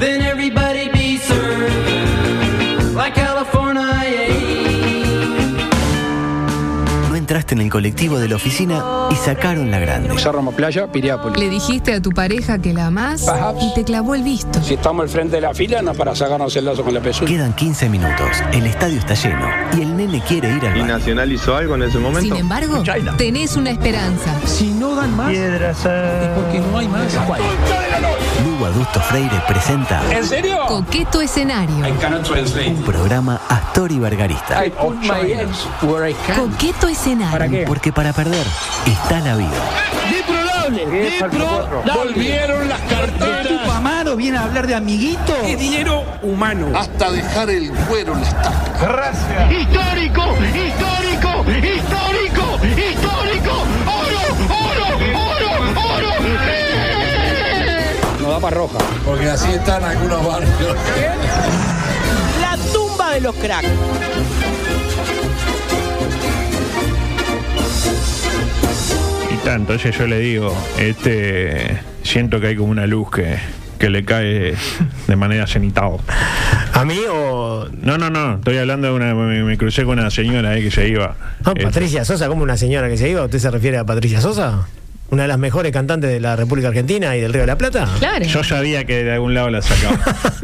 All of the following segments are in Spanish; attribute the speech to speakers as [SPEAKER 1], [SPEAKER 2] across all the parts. [SPEAKER 1] Then everybody be served like California.
[SPEAKER 2] No entraste en el colectivo de la oficina y sacaron la grande.
[SPEAKER 3] Cerro Playa, Piriápolis.
[SPEAKER 4] Le dijiste a tu pareja que la amás
[SPEAKER 3] Perhaps.
[SPEAKER 4] y te clavó el visto.
[SPEAKER 3] Si estamos al frente de la fila, no es para sacarnos el lazo con la pezuña.
[SPEAKER 2] Quedan 15 minutos, el estadio está lleno y el nene quiere ir al
[SPEAKER 5] ¿Y
[SPEAKER 2] baño.
[SPEAKER 5] Nacional hizo algo en ese momento?
[SPEAKER 4] Sin embargo, tenés una esperanza.
[SPEAKER 2] Lugo Adusto Freire presenta
[SPEAKER 3] ¿En serio?
[SPEAKER 4] Coqueto escenario.
[SPEAKER 3] cannot translate.
[SPEAKER 2] un programa Astor y Bargarista.
[SPEAKER 3] put my eggs where I can.
[SPEAKER 4] Coqueto escenario.
[SPEAKER 2] Porque para perder está la vida.
[SPEAKER 3] Volvieron las carteras.
[SPEAKER 6] Amaro viene a hablar de amiguito.
[SPEAKER 3] dinero humano.
[SPEAKER 7] hasta dejar el cuero en la estaca.
[SPEAKER 8] histórico, histórico, histórico, histórico, oro, oro, oro, oro. ¡Eh!
[SPEAKER 3] Nos da para roja.
[SPEAKER 7] Porque así están algunos barrios.
[SPEAKER 6] La tumba de los cracks.
[SPEAKER 9] Y ta, entonces yo le digo, este, siento que hay como una luz que, que le cae de manera cenitado.
[SPEAKER 10] ¿A mí o.?
[SPEAKER 9] No, no, no, estoy hablando de una, me, me crucé con una señora ahí que se iba.
[SPEAKER 10] No,
[SPEAKER 9] Eh,
[SPEAKER 10] Patricia Sosa, como una señora que se iba. ¿Usted se refiere a Patricia Sosa? Una de las mejores cantantes de la República Argentina y del Río de la Plata.
[SPEAKER 4] Claro.
[SPEAKER 9] yo sabía que de algún lado la sacaba.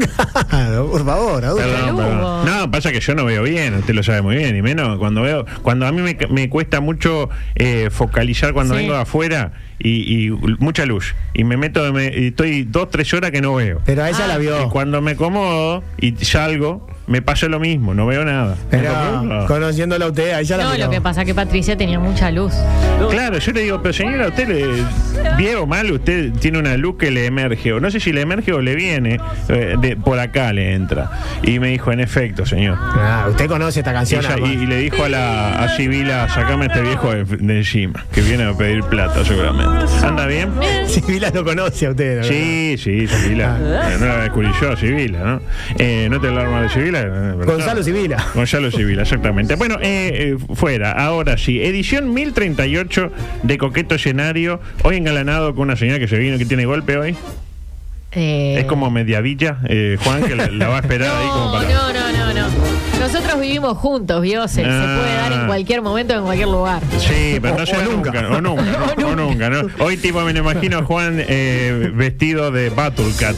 [SPEAKER 10] Claro, por favor, adulto.
[SPEAKER 4] Pero
[SPEAKER 9] Perdón, perdón.
[SPEAKER 4] hubo.
[SPEAKER 9] No, pasa que yo no veo bien, usted lo sabe muy bien, y menos cuando veo, cuando a mí me, me cuesta mucho eh, focalizar cuando
[SPEAKER 4] Sí.
[SPEAKER 9] vengo de afuera y, y mucha luz, y me meto, me- y estoy dos, tres horas que no veo. Ah.
[SPEAKER 10] Pero a ella la
[SPEAKER 9] Y
[SPEAKER 10] vio.
[SPEAKER 9] cuando me acomodo y salgo, me pasa lo mismo, no veo nada.
[SPEAKER 10] Pero
[SPEAKER 9] No.
[SPEAKER 10] conociéndola a usted, a ella la
[SPEAKER 11] No,
[SPEAKER 10] miró.
[SPEAKER 11] lo que pasa es que Patricia tenía mucha luz.
[SPEAKER 9] Claro, yo le digo, pero señora, usted le, bien o mal, usted tiene una luz que le emerge, o no sé si le emerge o le viene, eh, de, por acá le entra. Y me dijo, en efecto, señor.
[SPEAKER 10] Ah, usted conoce esta
[SPEAKER 9] Y,
[SPEAKER 10] canción.
[SPEAKER 9] ella-
[SPEAKER 10] además.
[SPEAKER 9] y- y le dijo a la a Sibila, sacame a este viejo de, de encima, que viene a pedir plata seguramente. ¿Anda bien?
[SPEAKER 10] Sibila lo conoce a usted. ¿no?
[SPEAKER 9] Sí, sí, Sibila.
[SPEAKER 10] Ah.
[SPEAKER 9] Eh, No la descubrí yo, Sibila, ¿no? Eh, no te hablar mal de Sibila. eh, pero
[SPEAKER 10] Gonzalo
[SPEAKER 9] no.
[SPEAKER 10] Sibila.
[SPEAKER 9] Gonzalo Sibila, exactamente. Bueno, eh, eh, fuera, ahora sí. Edición 1038 de Coqueto Escenario. Hoy engalanado con una señora que se vino, que tiene golpe hoy.
[SPEAKER 11] Eh,
[SPEAKER 9] Es como mediavilla, eh, Juan, que la, la va a esperar ahí como
[SPEAKER 11] No,
[SPEAKER 9] para.
[SPEAKER 11] no, no, no, no. Nosotros vivimos juntos, vio. Se, se
[SPEAKER 9] Ah.
[SPEAKER 11] puede dar en cualquier momento, en cualquier lugar.
[SPEAKER 9] Sí, pero no
[SPEAKER 10] O-
[SPEAKER 9] sea
[SPEAKER 10] o
[SPEAKER 9] nunca.
[SPEAKER 10] nunca.
[SPEAKER 9] o nunca, no, o nunca, ¿no? Hoy tipo me lo imagino a Juan eh, vestido de Battlecat,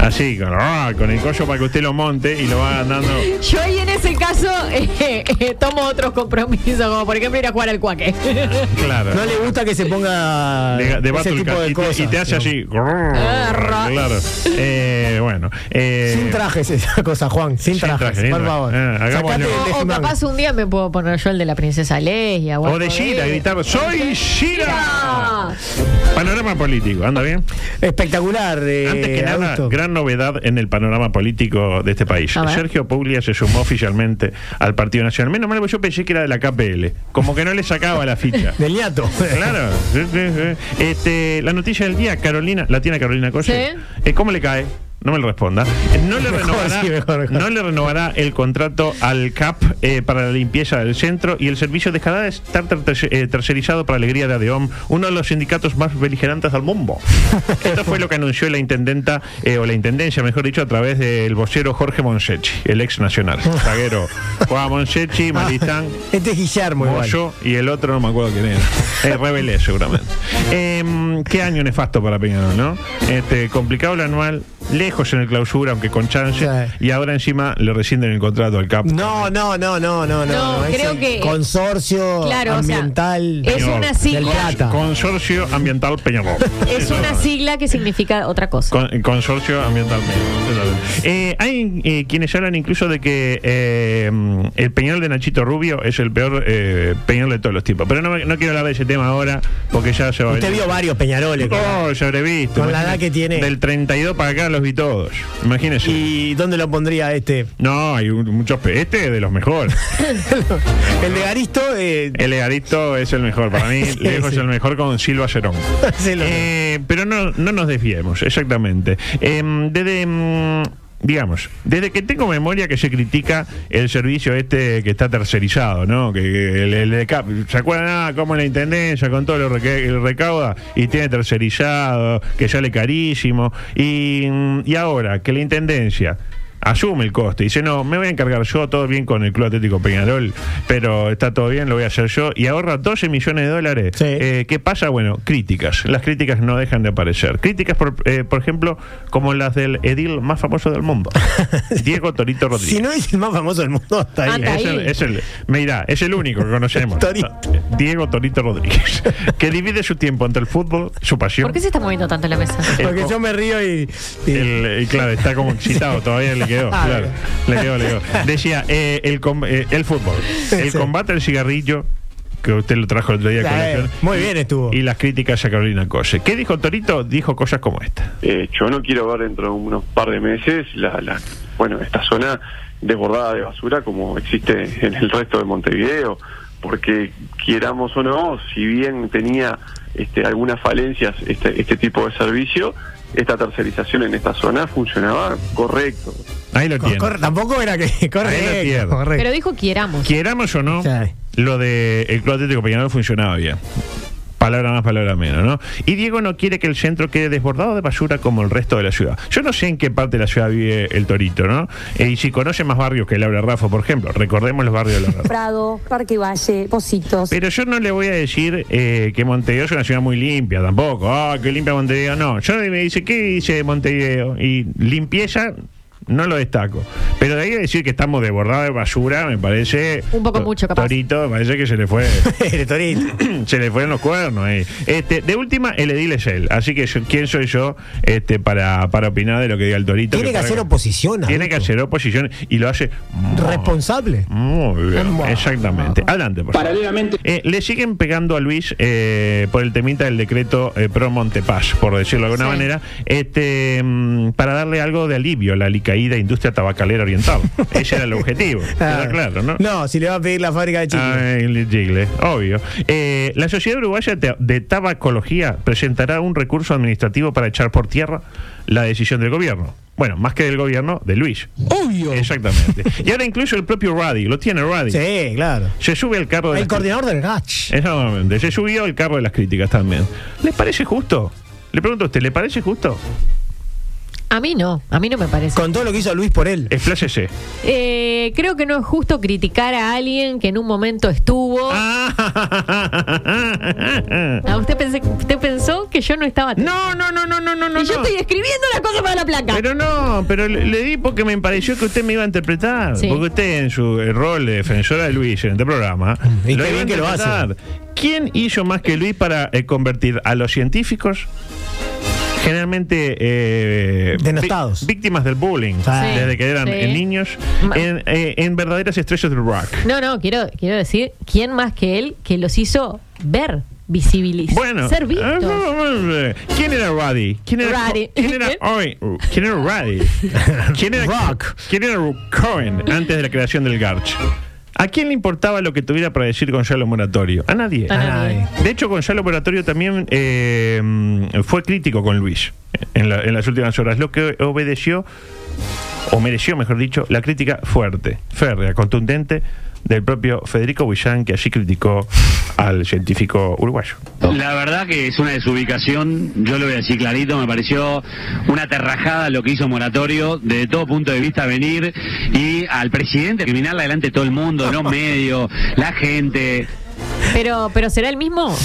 [SPEAKER 9] así, con, ah, con el collo para que usted lo monte y lo va andando.
[SPEAKER 11] Yo ahí en ese caso eh, eh, tomo otros compromisos, como por ejemplo ir a jugar al cuaque.
[SPEAKER 9] Claro.
[SPEAKER 10] No le gusta que se ponga
[SPEAKER 9] de,
[SPEAKER 10] ese
[SPEAKER 9] de
[SPEAKER 10] tipo
[SPEAKER 9] Battlecat
[SPEAKER 10] de
[SPEAKER 9] y,
[SPEAKER 10] cosas.
[SPEAKER 9] te- y te hace así. claro. Eh, bueno. eh,
[SPEAKER 10] Sin trajes esa cosa, Juan. Sin,
[SPEAKER 9] Sin
[SPEAKER 10] trajes,
[SPEAKER 9] traje, sin
[SPEAKER 10] por
[SPEAKER 9] traje.
[SPEAKER 10] favor.
[SPEAKER 9] Ah, hagámoslo.
[SPEAKER 10] Sacate el
[SPEAKER 11] O, o
[SPEAKER 10] tejimán.
[SPEAKER 11] capaz un día me puedo poner yo el de la princesa Leia.
[SPEAKER 9] o
[SPEAKER 11] algo
[SPEAKER 9] de Gira, gritar, ¡Soy Gira!
[SPEAKER 11] Gira.
[SPEAKER 9] Panorama político, ¿anda bien?
[SPEAKER 10] Espectacular. eh,
[SPEAKER 9] Antes que nada,
[SPEAKER 10] Augusto.
[SPEAKER 9] gran novedad en el panorama político de este país.
[SPEAKER 11] A ver.
[SPEAKER 9] Sergio Puglia se sumó oficialmente al Partido Nacional. Menos mal, porque yo pensé que era de la KPL. Como que no le sacaba la ficha.
[SPEAKER 10] Del ñato.
[SPEAKER 9] Claro. Sí, sí, sí. Este, la noticia del día, Carolina, la tiene Carolina Cose.
[SPEAKER 11] Sí.
[SPEAKER 9] Eh, ¿Cómo le cae? No me lo responda. Eh, No le,
[SPEAKER 10] Mejor,
[SPEAKER 9] renovará,
[SPEAKER 10] sí, mejor, mejor.
[SPEAKER 9] no le renovará el contrato al CAP eh, para la limpieza del centro y el servicio de escalada está ter- ter- eh, tercerizado para Alegría de ADEOM, uno de los sindicatos más beligerantes del mundo. Esto fue lo que anunció la intendenta, eh, o la intendencia, mejor dicho, a través del vocero Jorge Monsechi, el ex nacional. Zaguero Juan Monsechi, Maristán.
[SPEAKER 10] Este es Guillermo igual.
[SPEAKER 9] Moyo y el otro no me acuerdo quién era. Eh, Rebelé, seguramente. Em, qué año nefasto para Peñarol, ¿no? Este, complicado el anual, lejos en el clausura, aunque con chance.
[SPEAKER 10] Sí.
[SPEAKER 9] Y ahora encima le rescinden el contrato al capo.
[SPEAKER 10] No, no, no, no, no, no.
[SPEAKER 11] No,
[SPEAKER 10] es
[SPEAKER 11] creo
[SPEAKER 10] el
[SPEAKER 11] que-
[SPEAKER 10] Consorcio
[SPEAKER 11] Claro, o sea,
[SPEAKER 10] ambiental.
[SPEAKER 11] es una
[SPEAKER 10] Del
[SPEAKER 11] sigla.
[SPEAKER 10] Plata.
[SPEAKER 9] Consorcio Ambiental Peñarol.
[SPEAKER 11] Es una sigla que significa otra cosa.
[SPEAKER 9] Con- consorcio ambiental. Eh, hay eh, quienes hablan incluso de que eh, mm, el peñol de Nachito Rubio es el peor eh, peñol de todos los tipos. Pero no, me- no quiero hablar de ese tema ahora porque ya se va a
[SPEAKER 10] Usted
[SPEAKER 9] venir.
[SPEAKER 10] vio varios Peñaroles. ¿verdad?
[SPEAKER 9] Oh, sobrevisto.
[SPEAKER 10] Con la
[SPEAKER 9] Imagínate,
[SPEAKER 10] edad que tiene.
[SPEAKER 9] Del 32 para acá los vi todos. Imagínese.
[SPEAKER 10] ¿Y dónde lo pondría este?
[SPEAKER 9] No, hay un- muchos. pe- Este es de los mejores.
[SPEAKER 10] El de Garisto. eh,
[SPEAKER 9] El Egarito es el mejor. Para mí,
[SPEAKER 10] Sí,
[SPEAKER 9] lejos
[SPEAKER 10] sí.
[SPEAKER 9] es el mejor con Silva Cerón.
[SPEAKER 10] se lo-
[SPEAKER 9] Eh, pero no, no nos desviemos, exactamente. Em, desde. mm, digamos, desde que tengo memoria que se critica el servicio este que está tercerizado, ¿no? Que, que el, el de CAP, ¿se acuerdan? Ah, como la intendencia con todo lo que que recauda y tiene tercerizado, que sale carísimo. Y, y ahora que la intendencia asume el coste. Dice, no, me voy a encargar yo, todo bien con el Club Atlético Peñarol, pero está todo bien, lo voy a hacer yo. Y ahorra 12 millones de dólares.
[SPEAKER 10] Sí.
[SPEAKER 9] Eh, ¿Qué pasa? Bueno, críticas. Las críticas no dejan de aparecer. Críticas, por, eh, por ejemplo, como las del edil más famoso del mundo, Diego Torito Rodríguez.
[SPEAKER 10] Si no es el más famoso del mundo, está ahí.
[SPEAKER 11] Anda.
[SPEAKER 9] Es el,
[SPEAKER 11] ahí.
[SPEAKER 9] es el- mirá, es el único que conocemos.
[SPEAKER 10] Torito.
[SPEAKER 9] Diego Torito Rodríguez. Que divide su tiempo entre el fútbol, su pasión.
[SPEAKER 11] ¿Por qué se está moviendo tanto la mesa?
[SPEAKER 9] el
[SPEAKER 10] Porque
[SPEAKER 9] co-
[SPEAKER 10] yo me río y. y-
[SPEAKER 9] el- el- claro, está como excitado, todavía le quedó.
[SPEAKER 10] Ah,
[SPEAKER 9] claro, le quedó, le quedó. Decía, eh, el, com- eh, el fútbol, el
[SPEAKER 10] Sí.
[SPEAKER 9] combate al cigarrillo, que usted lo trajo el otro día. a
[SPEAKER 10] Eh,
[SPEAKER 9] colación,
[SPEAKER 10] muy bien estuvo.
[SPEAKER 9] Y las críticas a Carolina Cose. ¿Qué dijo Torito? Dijo cosas como esta.
[SPEAKER 5] Eh, yo no quiero ver dentro de unos par de meses la, la- bueno esta zona desbordada de basura como existe en el resto de Montevideo, porque quieramos o no, si bien tenía este, algunas falencias este, este tipo de servicio, esta tercerización en esta zona funcionaba correcto.
[SPEAKER 9] Ahí lo
[SPEAKER 10] Cor-
[SPEAKER 9] tiene.
[SPEAKER 10] cor- tampoco era que. Correcto.
[SPEAKER 9] pierde.
[SPEAKER 10] correcto.
[SPEAKER 11] Pero dijo quieramos.
[SPEAKER 9] Quieramos o no,
[SPEAKER 10] Sí.
[SPEAKER 9] lo de el Club Atlético Peñarol funcionaba bien. Palabra más, palabra menos, ¿no? Y Diego no quiere que el centro quede desbordado de basura como el resto de la ciudad. Yo no sé en qué parte de la ciudad vive el Torito, ¿no? Eh, y si conoce más barrios que Laura Rafa, por ejemplo, recordemos los barrios de Laura Raffo.
[SPEAKER 12] Prado, Parque Valle, Positos.
[SPEAKER 9] Pero yo no le voy a decir eh, que Montevideo es una ciudad muy limpia tampoco. Ah, que limpia Montevideo. No, yo me dice, ¿qué dice Montevideo? Y limpieza no lo destaco. Pero de ahí a decir que estamos desbordados de basura, me parece...
[SPEAKER 11] Un poco
[SPEAKER 9] to-
[SPEAKER 11] mucho, capaz.
[SPEAKER 9] Torito, me parece que se le fue...
[SPEAKER 10] El torito.
[SPEAKER 9] se le fueron los cuernos ahí. Este, de última, el edil es él. Así que yo- quién soy yo este, para, para opinar de lo que diga el Torito.
[SPEAKER 10] Tiene que
[SPEAKER 9] parece-
[SPEAKER 10] hacer oposición,
[SPEAKER 9] Tiene que
[SPEAKER 10] adulto.
[SPEAKER 9] hacer oposición y lo hace...
[SPEAKER 10] Responsable.
[SPEAKER 9] Muy bien,
[SPEAKER 10] Bueno.
[SPEAKER 9] exactamente. Adelante, por favor.
[SPEAKER 3] Paralelamente.
[SPEAKER 9] Eh, le siguen pegando a Luis eh, por el temita del decreto eh, pro Montepaz, por decirlo de alguna
[SPEAKER 11] Sí.
[SPEAKER 9] manera, este mm, para darle algo de alivio a la alicaída industria tabacalera oriental. Ese era el objetivo, queda claro, ¿no?
[SPEAKER 10] Ah. No, si le va a pedir la fábrica de chicles.
[SPEAKER 9] Ah, el Jigle, obvio. Eh, la Sociedad Uruguaya de de Tabacología presentará un recurso administrativo para echar por tierra la decisión del gobierno. Bueno, más que del gobierno, de Luis.
[SPEAKER 10] Obvio.
[SPEAKER 9] Exactamente. y ahora incluso el propio Ruddy, lo tiene Ruddy.
[SPEAKER 10] Sí, claro.
[SPEAKER 9] Se sube al carro de
[SPEAKER 10] El
[SPEAKER 9] las-
[SPEAKER 10] coordinador del GACH.
[SPEAKER 9] Eh. Exactamente. Se subió el carro de las críticas también. ¿Les parece justo? Le pregunto a usted, ¿le parece justo?
[SPEAKER 11] A mí no, a mí no me parece.
[SPEAKER 10] Con todo lo que hizo Luis por él.
[SPEAKER 9] Expláyese.
[SPEAKER 11] Eh, creo que no es justo criticar a alguien que en un momento
[SPEAKER 9] Oh.
[SPEAKER 11] estuvo.
[SPEAKER 9] Ah.
[SPEAKER 11] Ah, usted, pensé- usted pensó que yo no estaba.
[SPEAKER 9] No, no, no, no, no, no, no.
[SPEAKER 11] y yo
[SPEAKER 9] no.
[SPEAKER 11] estoy escribiendo la cosa para la placa.
[SPEAKER 9] Pero no, pero le, le di porque me pareció que usted me iba a interpretar.
[SPEAKER 11] Sí.
[SPEAKER 9] Porque usted en su eh, rol de defensora de Luis en este programa.
[SPEAKER 10] Y
[SPEAKER 9] lo
[SPEAKER 10] qué
[SPEAKER 9] iba a
[SPEAKER 10] bien que lo hace.
[SPEAKER 9] interpretar. ¿Quién hizo más que Luis para eh, convertir a los científicos? Generalmente eh,
[SPEAKER 10] Denostados. Ah.
[SPEAKER 9] vi- víctimas del bullying
[SPEAKER 10] Sí.
[SPEAKER 9] desde que eran
[SPEAKER 11] Sí.
[SPEAKER 9] eh, niños
[SPEAKER 11] Ma-
[SPEAKER 9] en, eh, en verdaderas estrellas del rock.
[SPEAKER 11] No, no, quiero, quiero decir, ¿quién más que él que los hizo ver, visibilizar,
[SPEAKER 9] Bueno,
[SPEAKER 11] ser vistos?
[SPEAKER 9] ah, no, no, no, no. ¿quién era Ruddy? ¿Quién era
[SPEAKER 11] Ruddy.
[SPEAKER 9] ¿Quién era Owen? ¿Quién era Ruddy? ¿Quién era
[SPEAKER 10] Rock.
[SPEAKER 9] ¿Quién era Cohen antes de la creación del Garch? ¿A quién le importaba lo que tuviera para decir Gonzalo Moratorio? A nadie.
[SPEAKER 11] A nadie.
[SPEAKER 9] De hecho, Gonzalo Moratorio también eh, mm, fue crítico con Luis en, la- en las últimas horas, lo que obedeció, o mereció, mejor dicho, la crítica fuerte, férrea, contundente del propio Federico Buillán, que allí criticó al científico uruguayo.
[SPEAKER 8] La verdad que es una desubicación, yo lo voy a decir clarito, me pareció una terrajada lo que hizo Moratorio, desde todo punto de vista venir y al presidente criminal adelante de todo el mundo, los medios, la gente.
[SPEAKER 11] Pero, pero será el mismo.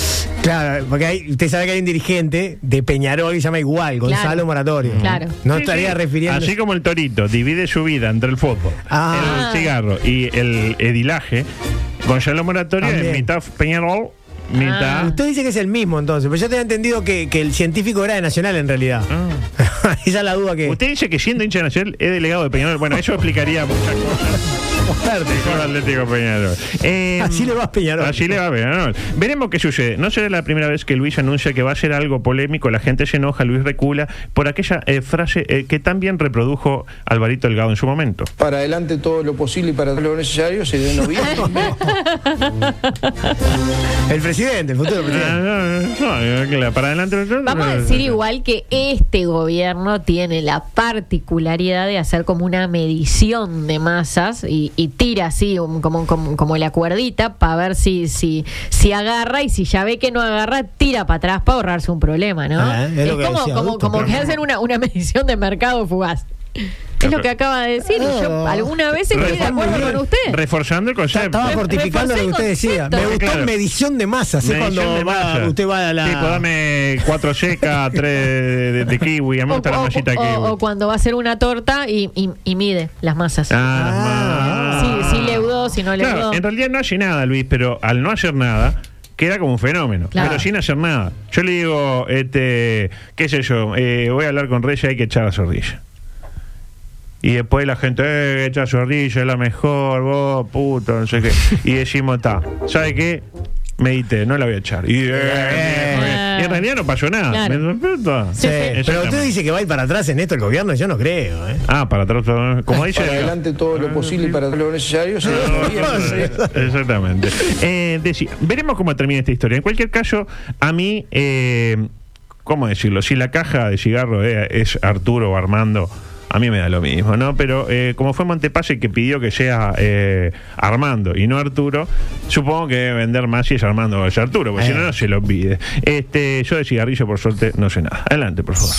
[SPEAKER 10] Claro, porque hay- usted sabe que hay un dirigente de Peñarol que se llama igual, Gonzalo Moratorio.
[SPEAKER 11] Claro.
[SPEAKER 10] No
[SPEAKER 9] Sí,
[SPEAKER 10] estaría
[SPEAKER 9] sí.
[SPEAKER 10] refiriendo.
[SPEAKER 9] Así como el torito divide su vida entre el fútbol,
[SPEAKER 10] Ah.
[SPEAKER 9] el cigarro y el edilaje, Gonzalo Moratorio es
[SPEAKER 10] También.
[SPEAKER 9] mitad Peñarol, mitad.
[SPEAKER 10] Usted dice que es el mismo entonces, pero yo tenía entendido que, que el científico era de Nacional en realidad. Esa es la duda que.
[SPEAKER 9] Ah. Usted dice que siendo hincha de nacional es delegado de Peñarol. Bueno, eso explicaría muchas cosas. Mejor Atlético Peñarol. Eh,
[SPEAKER 10] Así le va a Peñarol.
[SPEAKER 9] Así le va a Peñarol. Veremos qué sucede. No será la primera vez que Luis anuncia que va a ser algo polémico. La gente se enoja, Luis recula por aquella eh, frase eh, que también reprodujo Alvarito Delgado en su momento.
[SPEAKER 3] Para adelante todo lo posible y para lo necesario se den noviembre.
[SPEAKER 10] El presidente, el futuro presidente.
[SPEAKER 9] eh, Ah, no, no, no, claro, para adelante.
[SPEAKER 11] Vamos a decir igual que este gobierno gobierno tiene la particularidad de hacer como una medición de masas y, y tira así un- como, como, como la cuerdita para ver si, si, si agarra y si ya ve que no agarra, tira para atrás para ahorrarse un problema, ¿no?
[SPEAKER 10] Ah, es
[SPEAKER 11] es
[SPEAKER 10] lo que
[SPEAKER 11] como,
[SPEAKER 10] decía
[SPEAKER 11] como,
[SPEAKER 10] Adulto,
[SPEAKER 11] como que
[SPEAKER 10] claro.
[SPEAKER 11] hacen una, una medición de mercado fugaz. Es lo que acaba de decir y
[SPEAKER 10] Ah,
[SPEAKER 11] yo alguna vez estoy de acuerdo con usted.
[SPEAKER 9] Reforzando el concepto.
[SPEAKER 10] Estaba fortificando lo que usted decía. Me gustó
[SPEAKER 9] Claro.
[SPEAKER 10] medición de masas. ¿sí?
[SPEAKER 9] Medición
[SPEAKER 10] Cuando
[SPEAKER 9] de
[SPEAKER 10] va-
[SPEAKER 9] masa.
[SPEAKER 10] usted va a la.
[SPEAKER 9] Tipo, dame cuatro secas, tres de, de- de kiwi. A mí me gusta la masita de
[SPEAKER 11] O-
[SPEAKER 9] kiwi.
[SPEAKER 11] o cuando va a hacer una torta y, y- y mide las masas.
[SPEAKER 9] Ah, las
[SPEAKER 11] Sí,
[SPEAKER 9] masas.
[SPEAKER 11] sí leudó, si no leudó.
[SPEAKER 9] Claro, en realidad no hace nada, Luis, pero al no hacer nada, queda como un fenómeno.
[SPEAKER 11] Claro.
[SPEAKER 9] Pero sin hacer nada. Yo le digo, este, qué sé yo, eh, voy a hablar con Reyes, hay que echar a Zorrilla. Y después la gente, eh, echa a Zorrilla, es la mejor, vos, puto, no sé qué. Y decimos, ta, ¿sabe qué? Medité, no la voy a echar. Y, eh, eh, y en realidad no pasó nada.
[SPEAKER 11] Claro.
[SPEAKER 9] ¿Me interpreta?
[SPEAKER 10] Sí, pero usted
[SPEAKER 9] Exactamente.
[SPEAKER 10] dice que va a ir para atrás en esto el gobierno, yo no creo. ¿eh?
[SPEAKER 9] Ah, para atrás, para- como dice.
[SPEAKER 3] Para adelante todo
[SPEAKER 4] Ah,
[SPEAKER 3] lo posible y para atrás lo necesario. Se den los viernes.
[SPEAKER 9] Exactamente. Eh, decí- veremos cómo termina esta historia. En cualquier caso, a mí, eh, ¿cómo decirlo? Si la caja de cigarro eh, es Arturo o Armando. A mí me da lo mismo, ¿no? Pero eh, como fue Montepase que pidió que sea eh, Armando y no Arturo, supongo que debe vender más si es Armando o es Arturo, porque si no, no se lo pide. Este, yo de cigarrillo, por suerte, no sé nada. Adelante, por favor.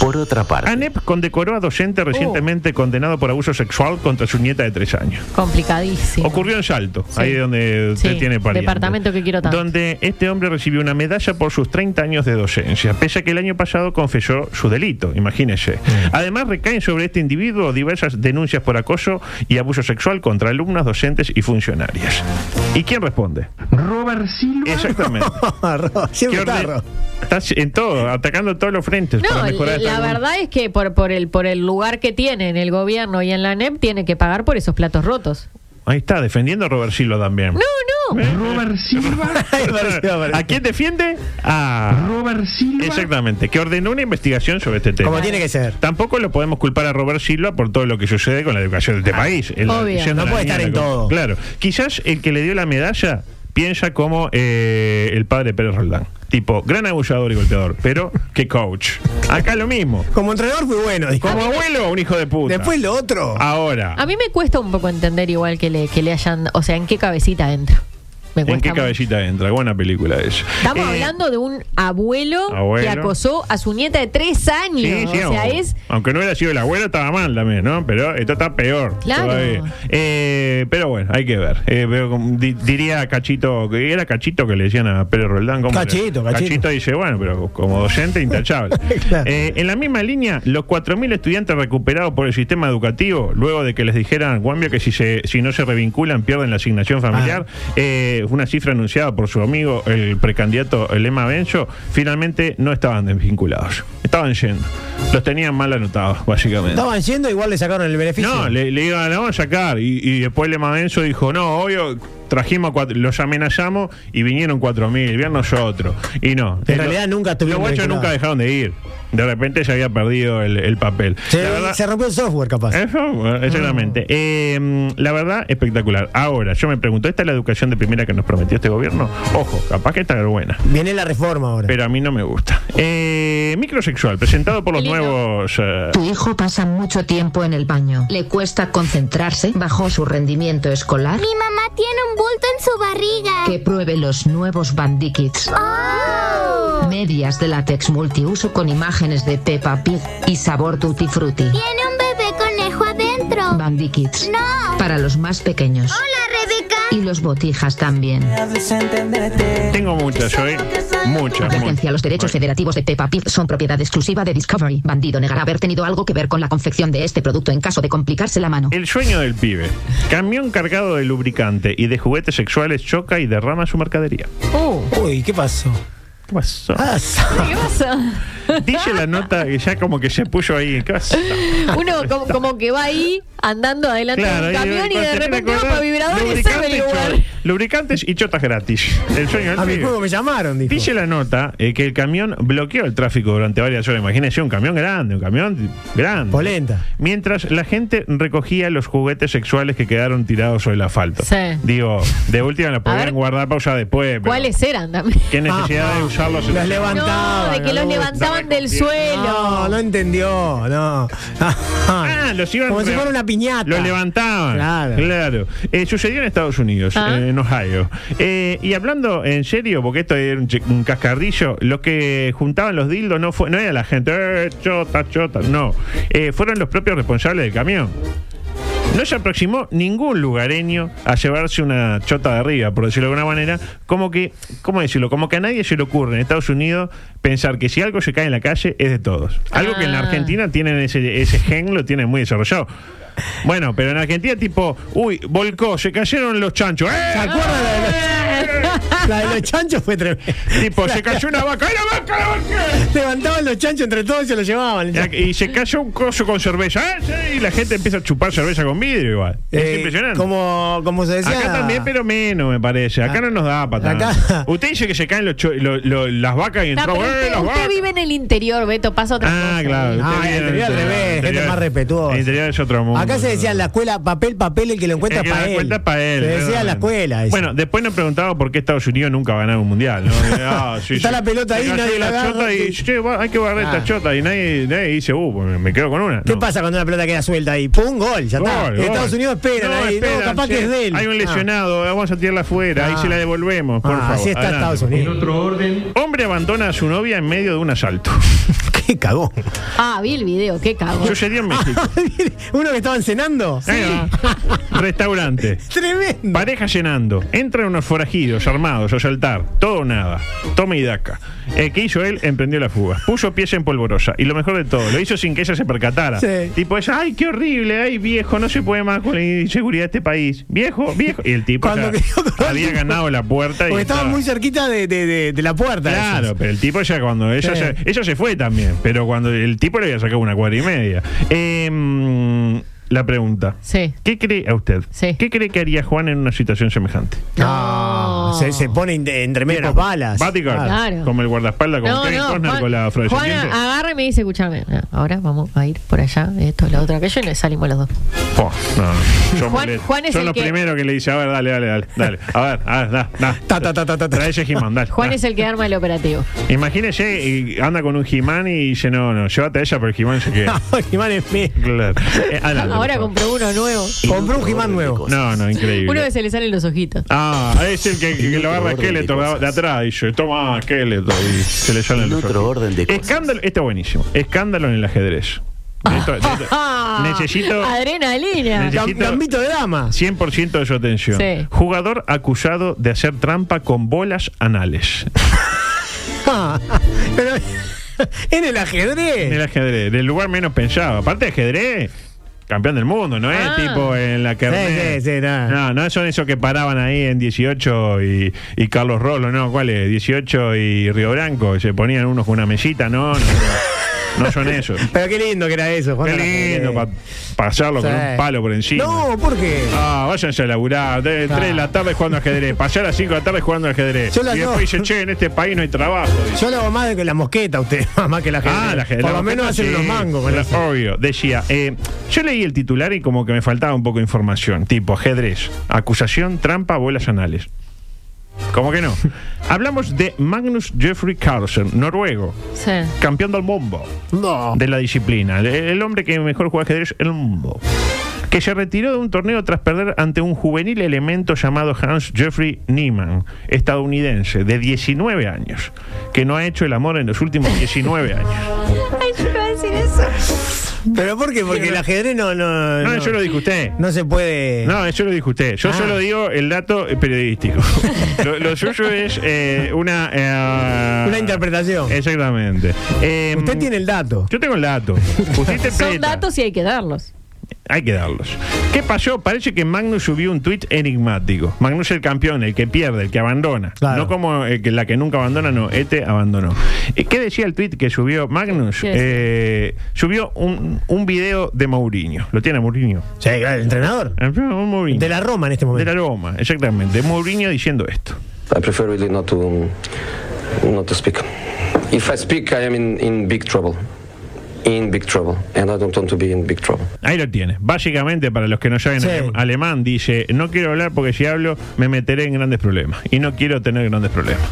[SPEAKER 2] Por otra
[SPEAKER 8] Ah,
[SPEAKER 2] parte,
[SPEAKER 9] ANEP condecoró a docente recientemente condenado por abuso sexual contra su nieta de tres años.
[SPEAKER 11] Complicadísimo.
[SPEAKER 9] Ocurrió en Salto,
[SPEAKER 11] Sí.
[SPEAKER 9] ahí donde usted
[SPEAKER 11] Sí,
[SPEAKER 9] tiene pariente.
[SPEAKER 11] departamento que quiero tanto.
[SPEAKER 9] Donde este hombre recibió una medalla por sus 30 años de docencia, pese a que el año pasado confesó su delito, imagínese. Además, recaen sobre este individuo diversas denuncias por acoso y abuso sexual contra alumnas, docentes y funcionarias. ¿Y quién responde?
[SPEAKER 8] Robert Silva.
[SPEAKER 9] Exactamente.
[SPEAKER 10] Ro,
[SPEAKER 9] ¿Qué
[SPEAKER 10] Siempre
[SPEAKER 9] orden-
[SPEAKER 10] está Ro.
[SPEAKER 9] Estás en todo, atacando todos los frentes para
[SPEAKER 11] No,
[SPEAKER 9] mejorar
[SPEAKER 11] la
[SPEAKER 9] esta-
[SPEAKER 11] la verdad es que por, por, el, por el lugar que tiene en el gobierno y en la NEP tiene que pagar por esos platos rotos.
[SPEAKER 9] Ahí está, defendiendo a Robert Silva también.
[SPEAKER 11] No, no.
[SPEAKER 9] ¿Eh?
[SPEAKER 8] Robert Silva.
[SPEAKER 10] Ahí apareció, apareció.
[SPEAKER 9] ¿A quién defiende? A
[SPEAKER 8] Robert Silva.
[SPEAKER 9] Exactamente, que ordenó una investigación sobre este tema.
[SPEAKER 10] Como tiene que ser.
[SPEAKER 9] Tampoco lo podemos culpar a Robert Silva por todo lo que sucede con la educación de este país. El-
[SPEAKER 11] obvio.
[SPEAKER 9] yendo
[SPEAKER 10] Ah, No
[SPEAKER 9] a la
[SPEAKER 10] puede estar
[SPEAKER 9] mierda
[SPEAKER 10] en
[SPEAKER 9] con-
[SPEAKER 10] todo.
[SPEAKER 9] Claro. Quizás el que le dio la medalla piensa como eh, el padre Pérez Roldán. Tipo, gran abusador y golpeador, pero que coach. Acá lo mismo.
[SPEAKER 10] Como entrenador fue bueno. dijo.
[SPEAKER 9] Como abuelo, un hijo de puta.
[SPEAKER 10] Después lo otro.
[SPEAKER 9] Ahora.
[SPEAKER 11] A mí me cuesta un poco entender igual que le, que le hayan, o sea, en qué cabecita entra. Me
[SPEAKER 9] ¿En
[SPEAKER 11] cuesta
[SPEAKER 9] qué
[SPEAKER 11] mucho.
[SPEAKER 9] cabecita entra? Buena película es.
[SPEAKER 11] Estamos
[SPEAKER 9] Eh,
[SPEAKER 11] hablando de un abuelo,
[SPEAKER 9] Abuelo.
[SPEAKER 11] que acosó a su nieta de tres años.
[SPEAKER 9] Sí, sí,
[SPEAKER 11] o sea,
[SPEAKER 9] aunque,
[SPEAKER 11] es
[SPEAKER 9] aunque no hubiera sido el abuelo, estaba mal también, ¿no? Pero esto está peor.
[SPEAKER 11] Claro.
[SPEAKER 9] todavía. Eh, pero bueno, hay que ver. Eh, pero como di- diría Cachito, que era Cachito que le decían a Pérez Roldán. ¿cómo era?
[SPEAKER 10] Cachito, Cachito.
[SPEAKER 9] dice, bueno, pero como docente, intachable.
[SPEAKER 10] Claro.
[SPEAKER 9] Eh, en la misma línea, los 4.000 estudiantes recuperados por el sistema educativo, luego de que les dijeran, Guambio, que si, se, si no se revinculan pierden la asignación familiar, eh, una cifra anunciada por su amigo, el precandidato Lema Benzo, finalmente no estaban desvinculados. Estaban yendo. Los tenían mal anotados, básicamente.
[SPEAKER 10] Estaban yendo, igual le sacaron el beneficio.
[SPEAKER 9] No, le, le iban a sacar. Y, y después Lema Benzo dijo, no, obvio, trajimos, a cuatro- los amenazamos y vinieron 4.000, bien nosotros. Y no.
[SPEAKER 10] En
[SPEAKER 9] Eh,
[SPEAKER 10] realidad
[SPEAKER 9] lo-
[SPEAKER 10] nunca estuvieron
[SPEAKER 9] Los guachos
[SPEAKER 10] vinculados.
[SPEAKER 9] nunca dejaron de ir. De repente se había perdido el, el papel.
[SPEAKER 10] se,
[SPEAKER 9] La verdad- ¿Eh?
[SPEAKER 10] se rompió el software, capaz.
[SPEAKER 9] eso, bueno, exactamente. Eh, mm, la verdad, espectacular. Ahora, yo me pregunto, ¿esta es la educación de primera que nos prometió este gobierno? Ojo, capaz que está buena.
[SPEAKER 10] Viene la reforma ahora.
[SPEAKER 9] Pero a mí no me gusta. Eh, microsexual, presentado por los
[SPEAKER 11] Lindo.
[SPEAKER 9] nuevos. eh,
[SPEAKER 13] Tu hijo pasa mucho tiempo en el baño. Le cuesta concentrarse. Bajo su rendimiento escolar.
[SPEAKER 14] Mi mamá tiene un bulto en su barriga.
[SPEAKER 13] Que pruebe los nuevos Bandikits.
[SPEAKER 14] ¡Oh!
[SPEAKER 13] Medias de látex multiuso con imágenes de Peppa Pig y sabor Tutti Frutti.
[SPEAKER 14] Tiene un bebé conejo adentro.
[SPEAKER 13] Bandikits.
[SPEAKER 14] No.
[SPEAKER 13] Para los más pequeños.
[SPEAKER 14] Hola, Rebeca.
[SPEAKER 13] Y los botijas también.
[SPEAKER 9] tengo muchas hoy. Muchas.
[SPEAKER 13] Advertencia,
[SPEAKER 9] muchas.
[SPEAKER 13] los derechos federativos de Peppa Pig son propiedad exclusiva de Discovery. Bandido negará haber tenido algo que ver con la confección de este producto en caso de complicarse la mano.
[SPEAKER 9] El sueño del pibe. Camión cargado de lubricante y de juguetes sexuales choca y derrama su mercadería.
[SPEAKER 11] Uh,
[SPEAKER 10] Uy, ¿qué pasó?
[SPEAKER 9] ¿Qué pasó?
[SPEAKER 10] Ah,
[SPEAKER 11] ¿Qué pasa?
[SPEAKER 9] Dice la nota que ya como que se puso ahí. ¿Qué pasó?
[SPEAKER 11] Uno como, como que va ahí andando adelante de un
[SPEAKER 9] y-
[SPEAKER 11] camión y,
[SPEAKER 9] cuando
[SPEAKER 11] de
[SPEAKER 9] tenés
[SPEAKER 11] repente
[SPEAKER 9] la
[SPEAKER 11] va
[SPEAKER 9] cola,
[SPEAKER 11] para vibrador y se
[SPEAKER 9] lubricante y
[SPEAKER 11] averiguar.
[SPEAKER 9] cho- Lubricantes y chotas gratis. El sueño del
[SPEAKER 10] A mi
[SPEAKER 9] pibe.
[SPEAKER 10] juego me llamaron, dijo.
[SPEAKER 9] Dice la nota eh, que el camión bloqueó el tráfico durante varias horas. Imagínense un camión grande, un camión grande.
[SPEAKER 10] Polenta.
[SPEAKER 9] Mientras la gente recogía los juguetes sexuales que quedaron tirados sobre el asfalto.
[SPEAKER 11] Sí.
[SPEAKER 9] Digo, de última la podrían
[SPEAKER 11] ver.
[SPEAKER 9] guardar pausa después. pero
[SPEAKER 11] ¿Cuáles eran también?
[SPEAKER 9] ¿Qué necesidad de usarlos? en
[SPEAKER 10] Ah, Los
[SPEAKER 9] el-
[SPEAKER 10] levantaban.
[SPEAKER 11] No, de que los
[SPEAKER 10] Galudo.
[SPEAKER 11] levantaban del suelo.
[SPEAKER 10] No, no entendió, no.
[SPEAKER 9] Ah, los iban
[SPEAKER 10] Como si
[SPEAKER 9] re-
[SPEAKER 10] fuera una piñata.
[SPEAKER 9] Lo levantaban.
[SPEAKER 10] Claro.
[SPEAKER 9] Claro. Eh, sucedió en Estados Unidos,
[SPEAKER 10] Ah.
[SPEAKER 9] eh, en Ohio. Eh, y hablando en serio, porque esto era un, che- un cascarrillo, los que juntaban los dildos no, fue, no era la gente, "Eh, chota, chota, no. Eh, fueron los propios responsables del camión. No se aproximó ningún lugareño a llevarse una chota de arriba, por decirlo de alguna manera. Como que, ¿cómo decirlo? Como que a nadie se le ocurre en Estados Unidos pensar que si algo se cae en la calle es de todos. Algo que en la
[SPEAKER 11] Ah.
[SPEAKER 9] Argentina tienen ese, ese gen, lo tienen muy desarrollado. Bueno, pero en Argentina tipo, uy, volcó, se cayeron los chanchos. ¡Eh!
[SPEAKER 10] ¿Se acuerdan la de los, la de los chanchos? Fue tremenda.
[SPEAKER 9] Tipo, se cayó una vaca, ¡eh, la vaca, la vaca!
[SPEAKER 10] Levantaban los chanchos entre todos y se los llevaban.
[SPEAKER 9] Y ac- Y se cayó un coso con cerveza. ¡Ah, sí! Y la gente empieza a chupar cerveza con vidrio igual. Es
[SPEAKER 10] Eh,
[SPEAKER 9] impresionante.
[SPEAKER 10] Como, como se decía.
[SPEAKER 9] Acá también, pero menos, me parece. Acá no nos da para
[SPEAKER 10] Acá-
[SPEAKER 9] tanto. Usted dice que se caen los cho- lo- lo- las vacas y
[SPEAKER 11] No,
[SPEAKER 9] entró.
[SPEAKER 11] pero
[SPEAKER 9] ¡eh,
[SPEAKER 11] usted,
[SPEAKER 9] las
[SPEAKER 11] usted
[SPEAKER 9] vacas!
[SPEAKER 11] vive en el interior, Beto, pasa otra
[SPEAKER 9] Ah,
[SPEAKER 11] cosa.
[SPEAKER 9] claro. usted
[SPEAKER 10] Ah, el
[SPEAKER 9] vive en
[SPEAKER 10] interior al revés, gente
[SPEAKER 9] interior-
[SPEAKER 10] más respetuosa.
[SPEAKER 9] El interior es otro mundo.
[SPEAKER 10] Acá se decía en la escuela, papel, papel, el que lo encuentra
[SPEAKER 9] El que
[SPEAKER 10] para
[SPEAKER 9] da
[SPEAKER 10] él.
[SPEAKER 9] cuenta es pa' él,
[SPEAKER 10] Se decía en la
[SPEAKER 9] realmente.
[SPEAKER 10] escuela. eso.
[SPEAKER 9] Bueno, después nos preguntaba por qué Estados Unidos nunca va a ganar un mundial. ¿no? Ah, sí,
[SPEAKER 10] Está
[SPEAKER 9] sí.
[SPEAKER 10] la pelota
[SPEAKER 9] Se
[SPEAKER 10] ahí,
[SPEAKER 9] cayó
[SPEAKER 10] nadie la
[SPEAKER 9] la
[SPEAKER 10] agarra,
[SPEAKER 9] chota y,
[SPEAKER 10] que-
[SPEAKER 9] che, va- hay que barrer
[SPEAKER 10] Ah.
[SPEAKER 9] esta chota. Y nadie, nadie dice, uh, pues, me quedo con una.
[SPEAKER 10] ¿Qué
[SPEAKER 9] No.
[SPEAKER 10] pasa cuando una pelota queda suelta ahí? ¡Pum! Gol, ya está.
[SPEAKER 9] Gol, gol.
[SPEAKER 10] Estados Unidos espera. ahí.
[SPEAKER 9] esperan,
[SPEAKER 10] no, capaz
[SPEAKER 9] che,
[SPEAKER 10] que es de él.
[SPEAKER 9] Hay un
[SPEAKER 10] Ah.
[SPEAKER 9] lesionado, vamos a tirarla afuera,
[SPEAKER 10] Ah.
[SPEAKER 9] ahí se la devolvemos, por
[SPEAKER 10] Ah,
[SPEAKER 9] favor.
[SPEAKER 10] así está
[SPEAKER 9] Adelante.
[SPEAKER 10] Estados Unidos. En
[SPEAKER 9] otro orden. Hombre abandona a su novia en medio de un asalto.
[SPEAKER 10] ¡Qué cagón!
[SPEAKER 11] Ah, vi el video, qué cago.
[SPEAKER 9] Sucedió en México.
[SPEAKER 10] ¿Uno que estaban cenando?
[SPEAKER 9] Ahí va. Restaurante.
[SPEAKER 10] Tremendo.
[SPEAKER 9] Pareja llenando. Entran unos forajidos armados a saltar. Todo o nada. Toma y daca. El que hizo él emprendió la fuga. Puso pies en polvorosa. Y lo mejor de todo, lo hizo sin que ella se percatara.
[SPEAKER 10] Sí.
[SPEAKER 9] Tipo ella, ay, qué horrible, ay, viejo, no se puede más con la inseguridad de este país. Viejo, viejo. Y el tipo
[SPEAKER 10] Cuando
[SPEAKER 9] ya
[SPEAKER 10] quedó con-
[SPEAKER 9] había ganado la puerta. Y
[SPEAKER 10] Porque estaban
[SPEAKER 9] estaba-
[SPEAKER 10] muy cerquita de, de- de- de la puerta.
[SPEAKER 9] Claro,
[SPEAKER 10] esos.
[SPEAKER 9] pero el tipo ya cuando ella,
[SPEAKER 10] Sí.
[SPEAKER 9] se, ella se fue también, pero cuando el tipo le había sacado una cuadra y media. Em, la pregunta.
[SPEAKER 11] Sí.
[SPEAKER 9] ¿Qué cree a usted?
[SPEAKER 11] Sí.
[SPEAKER 9] ¿Qué cree que haría Juan en una situación semejante?
[SPEAKER 10] Ah,
[SPEAKER 11] No.
[SPEAKER 10] se, se pone in- entre
[SPEAKER 9] Mira,
[SPEAKER 10] medias balas.
[SPEAKER 9] bodyguard,
[SPEAKER 10] Claro.
[SPEAKER 11] Claro.
[SPEAKER 9] Como el guardaespaldas, como Kevin Costner
[SPEAKER 11] Juan-
[SPEAKER 9] con la
[SPEAKER 11] Juana, ah.
[SPEAKER 9] afrodescendiente.
[SPEAKER 11] agarra y me dice, escuchame, no, ahora vamos a ir por allá, esto, lo otro, aquello, y le salimos los dos.
[SPEAKER 9] Po, no, Oh, no, yo
[SPEAKER 11] Juan-
[SPEAKER 9] molesto.
[SPEAKER 11] Juan es
[SPEAKER 9] Son
[SPEAKER 11] el
[SPEAKER 9] los
[SPEAKER 11] que-
[SPEAKER 9] primeros que le dice, a ver, dale, dale, dale, dale. A ver, a ver, da, da.
[SPEAKER 10] Ta, ta, ta, ta, ta, ta.
[SPEAKER 9] Trae ese He-Man, dale.
[SPEAKER 11] Juan
[SPEAKER 9] da.
[SPEAKER 11] es el que arma el operativo.
[SPEAKER 9] Imagínese, y anda con un He-Man y dice, no, no, llévate a ella, pero el He-Man se queda.
[SPEAKER 10] Jimán es mío.
[SPEAKER 9] Claro. Eh, adelante,
[SPEAKER 11] Ahora
[SPEAKER 9] por favor.
[SPEAKER 11] compró uno nuevo.
[SPEAKER 10] Compró un Jimán nuevo.
[SPEAKER 9] No, no, increíble.
[SPEAKER 11] Uno que se le salen los ojitos.
[SPEAKER 9] Ah, es el que, que lo agarra Skeletor de, de atrás. Dice, toma Skeletor. Y se le salen
[SPEAKER 2] En
[SPEAKER 9] los
[SPEAKER 2] otro
[SPEAKER 9] ojos.
[SPEAKER 2] orden de cosas.
[SPEAKER 9] Escándalo, está buenísimo. Escándalo en el ajedrez. Esto- esto- necesito
[SPEAKER 11] Adrenalina.
[SPEAKER 9] Necesito-
[SPEAKER 10] Ah, Gam- Gambito de dama.
[SPEAKER 9] 100% de su atención.
[SPEAKER 11] Sí.
[SPEAKER 9] Jugador acusado de hacer trampa con bolas anales.
[SPEAKER 10] Ah, pero en el ajedrez.
[SPEAKER 9] En el ajedrez, del lugar menos pensado. Aparte de ajedrez, campeón del mundo, ¿no es?
[SPEAKER 11] Ah.
[SPEAKER 9] Tipo en la que.
[SPEAKER 10] Sí, sí, sí, nada.
[SPEAKER 9] no, no son esos que paraban ahí en 18 y, y Carlos Rolo, ¿no? ¿Cuál es? 18 y Río Branco, y se ponían unos con una mesita, ¿no? No, no, no son esos.
[SPEAKER 10] Pero qué lindo que era eso, Juan.
[SPEAKER 9] Qué
[SPEAKER 10] el ajedrez.
[SPEAKER 9] lindo para pasarlo con
[SPEAKER 10] Sí.
[SPEAKER 9] un palo por encima.
[SPEAKER 10] No, ¿por qué?
[SPEAKER 9] Ah, váyanse a laburar. De 3 de la tarde jugando ajedrez. Pasar a las 5 de la tarde jugando ajedrez.
[SPEAKER 10] Yo las
[SPEAKER 9] Y después
[SPEAKER 10] no.
[SPEAKER 9] dice, che, en este país no hay trabajo. dice.
[SPEAKER 10] Yo lo hago más de que la mosqueta, usted, más que la ajedrez.
[SPEAKER 9] Ah, la ajedrez.
[SPEAKER 10] Por
[SPEAKER 9] La
[SPEAKER 10] lo menos
[SPEAKER 9] mosqueta,
[SPEAKER 10] hacen
[SPEAKER 9] sí.
[SPEAKER 10] unos mangos con
[SPEAKER 9] La-
[SPEAKER 10] eso.
[SPEAKER 9] Obvio. Decía, eh, yo leí el titular y como que me faltaba un poco de información. Tipo, ajedrez, acusación, trampa, bolas anales. ¿Cómo que no? Hablamos de Magnus Jeffrey Carlsen, noruego,
[SPEAKER 11] Sí.
[SPEAKER 9] campeón del mundo
[SPEAKER 10] No.
[SPEAKER 9] de la disciplina. El, el hombre que mejor juega ajedrez en el mundo. Que se retiró de un torneo tras perder ante un juvenil elemento llamado Hans Jeffrey Niemann, estadounidense, de 19 años, que no ha hecho el amor en los últimos 19 años.
[SPEAKER 11] Ay, yo iba a decir eso.
[SPEAKER 10] ¿Pero por qué? Porque el ajedrez no. No,
[SPEAKER 9] No, eso lo dijo usted.
[SPEAKER 10] no se puede.
[SPEAKER 9] No, eso lo dijo usted. Yo
[SPEAKER 10] Ah.
[SPEAKER 9] solo digo el dato eh, periodístico. lo, lo suyo es eh, una... eh,
[SPEAKER 10] Una interpretación.
[SPEAKER 9] Exactamente. Eh,
[SPEAKER 10] Usted tiene el dato.
[SPEAKER 9] Yo tengo el dato. Usted interpreta.
[SPEAKER 11] Son datos y hay que darlos.
[SPEAKER 9] Hay que darlos. ¿Qué pasó? Parece que Magnus subió un tuit enigmático. Magnus el campeón, el que pierde, el que abandona. No como eh, que la que nunca abandona, no. Este abandonó. Eh, ¿Qué decía el tuit que subió Magnus?
[SPEAKER 10] ¿Qué decía?
[SPEAKER 9] Eh, subió un, un video de Mourinho. ¿Lo tiene Mourinho?
[SPEAKER 10] Sí, claro, el entrenador. De la Roma en este momento.
[SPEAKER 9] De la Roma, exactamente. De Mourinho diciendo esto.
[SPEAKER 15] I prefer really not to not to speak. If I speak, I am in, in big trouble. In big trouble, and I don't want to be in big trouble.
[SPEAKER 9] Ahí lo tiene. Básicamente, para los que no saben alem- alemán, dice, no quiero hablar porque si hablo me meteré en grandes problemas. Y no quiero tener grandes problemas.